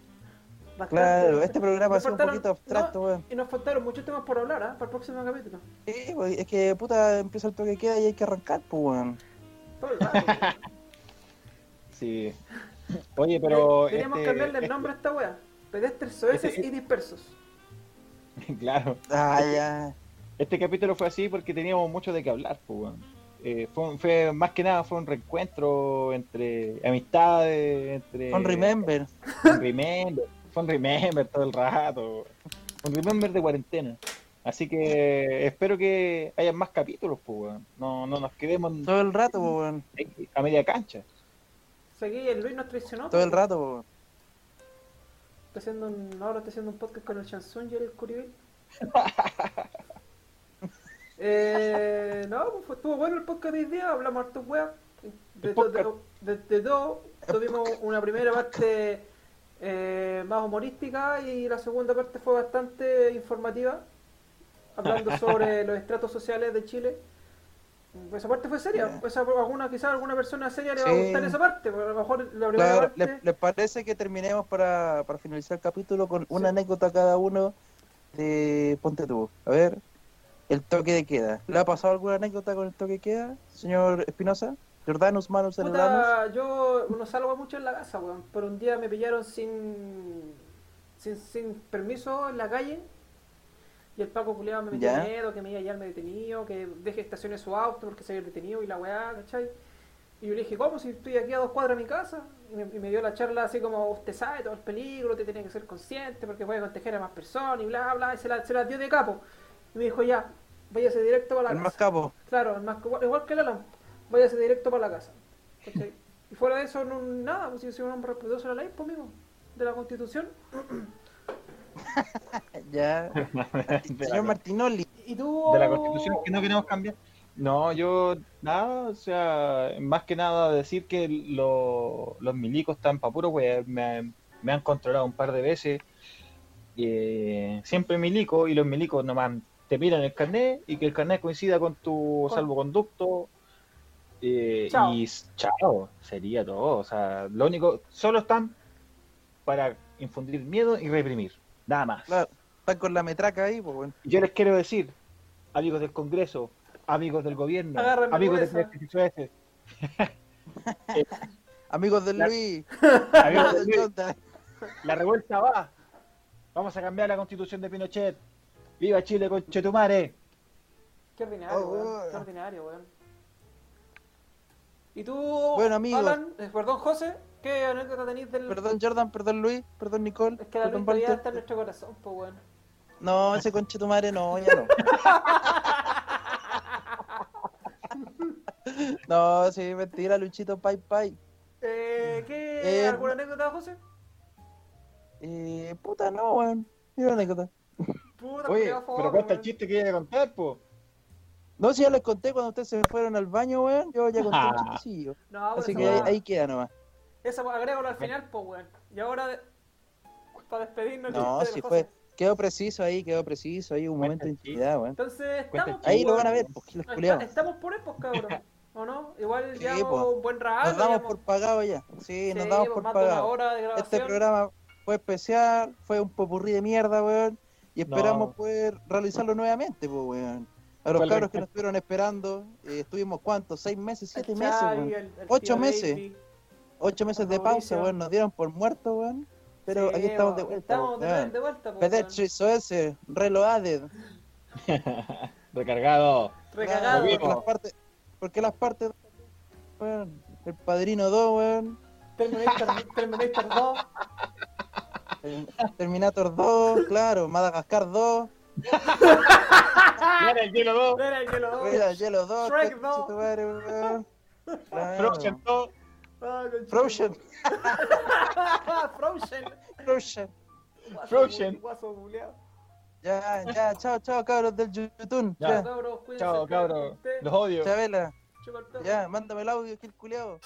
Bastante,
Claro,
bastante.
este programa ha
Nos
sido un
faltaron-
poquito abstracto,
no,
weón.
Y nos faltaron muchos temas por hablar, ¿ah? Para el próximo capítulo.
Sí, pues, es que puta empieza el toque de queda y hay que arrancar, pues, weón.
Todo el rato.
Sí. Oye, pero.
Deberíamos
este-
cambiarle el nombre a esta wea. Pedestres soeces
Este-
y dispersos.
este- claro.
Ah, ya.
Este capítulo fue así porque teníamos mucho de qué hablar, pues, weón. Eh, fue, un- fue- más que nada fue un reencuentro entre amistades, entre
Con Remember.
un remember, fue un remember todo el rato, un remember de cuarentena. Así que espero que haya más capítulos, pues, weón. No, no nos quedemos
Todo el rato, pues, weón.
a media cancha.
O sea, aquí el Luis nos traicionó.
Todo el rato, pues, weón.
Está haciendo un, ahora está haciendo un podcast con el Chanson y el Curibel. eh, no, fue- estuvo bueno el podcast de hoy día, hablamos hartos weas. De
El
todo, de,
podcast.
de- de todo, tuvimos una primera parte eh, más humorística y la segunda parte fue bastante informativa, hablando sobre los estratos sociales de Chile. Esa parte fue seria,
Ya.
esa, alguna, quizás alguna persona seria le va a
Sí.
gustar esa parte, pero a lo mejor la primera
Claro,
parte...
¿les, les parece que terminemos para, para finalizar el capítulo con una
Sí.
anécdota cada uno de Ponte tú? A ver, el toque de queda. ¿Le ha pasado alguna anécdota con el toque de queda, señor Espinosa? Jordanus, Manus, Jordanus.
Puta, yo no salgo mucho en la casa, weón. Pero un día me pillaron sin, sin, sin permiso en la calle. Y el Paco culiado me metió
Ya.
miedo, que me iba a hallarme detenido, que deje estaciones su auto porque se había detenido y la weá, ¿cachai? Y yo le dije, ¿cómo? Si estoy aquí a dos cuadras de mi casa. Y me, y me dio la charla así como, usted sabe todo el peligro, te tiene que ser consciente porque puede contagiar a más personas y bla, bla. Y se la, se la dio de capo. Y me dijo, ya, váyase directo para la
El
casa.
más capo.
Claro, el más- igual, igual que la lámpara. Váyase directo para la casa. ¿cachai? Y fuera de eso, no, nada, pues si soy un hombre respetuoso de la ley, pues amigo, de la constitución.
Ya.
De
Señor
la,
Martinoli.
Y tú.
de la constitución que no queremos cambiar. No, yo nada, o sea, más que nada decir que lo- los milicos están pa' puro, weón. Me, me han controlado un par de veces. Eh, siempre milico y los milicos nomás te miran el carnet y que el carnet coincida con tu
Con-
salvoconducto eh,
Chao.
y s- chao sería todo o sea lo único solo están para infundir miedo y reprimir nada más
Claro, está con la metraca ahí, pues, weón.
Y yo les quiero decir amigos del Congreso amigos del gobierno
Agárrenme
amigos de
por esa.
318,
Amigos de
La-
Luis. amigos
amigos del
de
Luis,
Chota.
la revuelta va vamos a cambiar la constitución de Pinochet viva Chile con Chetumare
Qué ordinario,
Oh,
weón.
weón.
Qué ordinario, weón. Y tú.
Bueno, amigos.
Alan, eh, perdón, José, ¿qué anécdota tenéis del.
Perdón, Jordan, perdón, Luis, perdón, Nicole.
Es que la
perdón,
Luis
Walter.
está en nuestro corazón, pues weón.
No, ese conche tu madre no, ya no. No, sí, mentira, Luchito Pai Pai.
Eh, ¿qué,
Eh,
¿Alguna anécdota, José?
Eh, puta, no, weón. Mira la anécdota.
Puta,
oye
culiao, fome,
pero cuenta el
weón.
chiste que iba a contar po
No, si ya les conté cuando ustedes se fueron al baño, weón. Yo ya conté
Ah.
un chistecillo.
No, pero
Así
esa
que ahí,
weá-
ahí queda nomás.
Eso, pues, agrégalo al final, pues, weón. Y ahora, de- para despedirnos, el
No,
chiste de
si
los
fue.
José.
Quedó preciso ahí, quedó preciso ahí, un momento de
el chiste.
intimidad, weón.
Entonces,
Cuenta
estamos.
el
Ahí lo
pues,
van a
weón.
ver, pues, que los
Está-
culiados.
estamos por épocas, cabrón. ¿O no? Igual
Sí,
llevamos
pues.
un buen rato.
Nos damos
llevamos-
por pagado ya. Sí,
sí,
nos damos
pues,
por
más de una
pagado.
hora de grabación.
Este programa fue especial, fue un popurrí de mierda, weón. Y
No.
esperamos poder realizarlo nuevamente, pues, weón. A los
Fue
cabros que
el reencuentro.
nos estuvieron esperando, eh, estuvimos cuántos, seis meses,
El
siete
Xavi,
meses, weón.
el- el
Ocho
tío
meses.
Davey.
Ocho meses de
Mauricio.
pausa, weón. Nos dieron por muertos, weón. Pero
Sí,
aquí estamos de
weón,
vuelta,
Estamos de,
weón.
de vuelta, pues,
Pedestri SOS, Reloaded.
recargado
weón. Recargado.
Porque
Volvimos.
las partes, porque las partes, weón. El Padrino 2, weón.
Terminator, Terminator 2.
el Terminator 2, claro. Madagascar 2.
Mira el hielo 2
Era el hielo 2.
Mira, el Hielo 2.
Shrek
coche
dos.
tu madre, weón. Claro.
Frozen 2
Ah, conchito.
Frozen.
Frozen.
Frozen.
Guaso
Frozen.
bu- Guaso buleado.
Ya, ya, chao, chao, cabros del YouTube.
Ya.
Ya,
Cabros, cuídense,
chao
espero que
cabros
esté-
los odio
Chabela,
chupa el pelo.
ya, mándame el audio, que el culiao.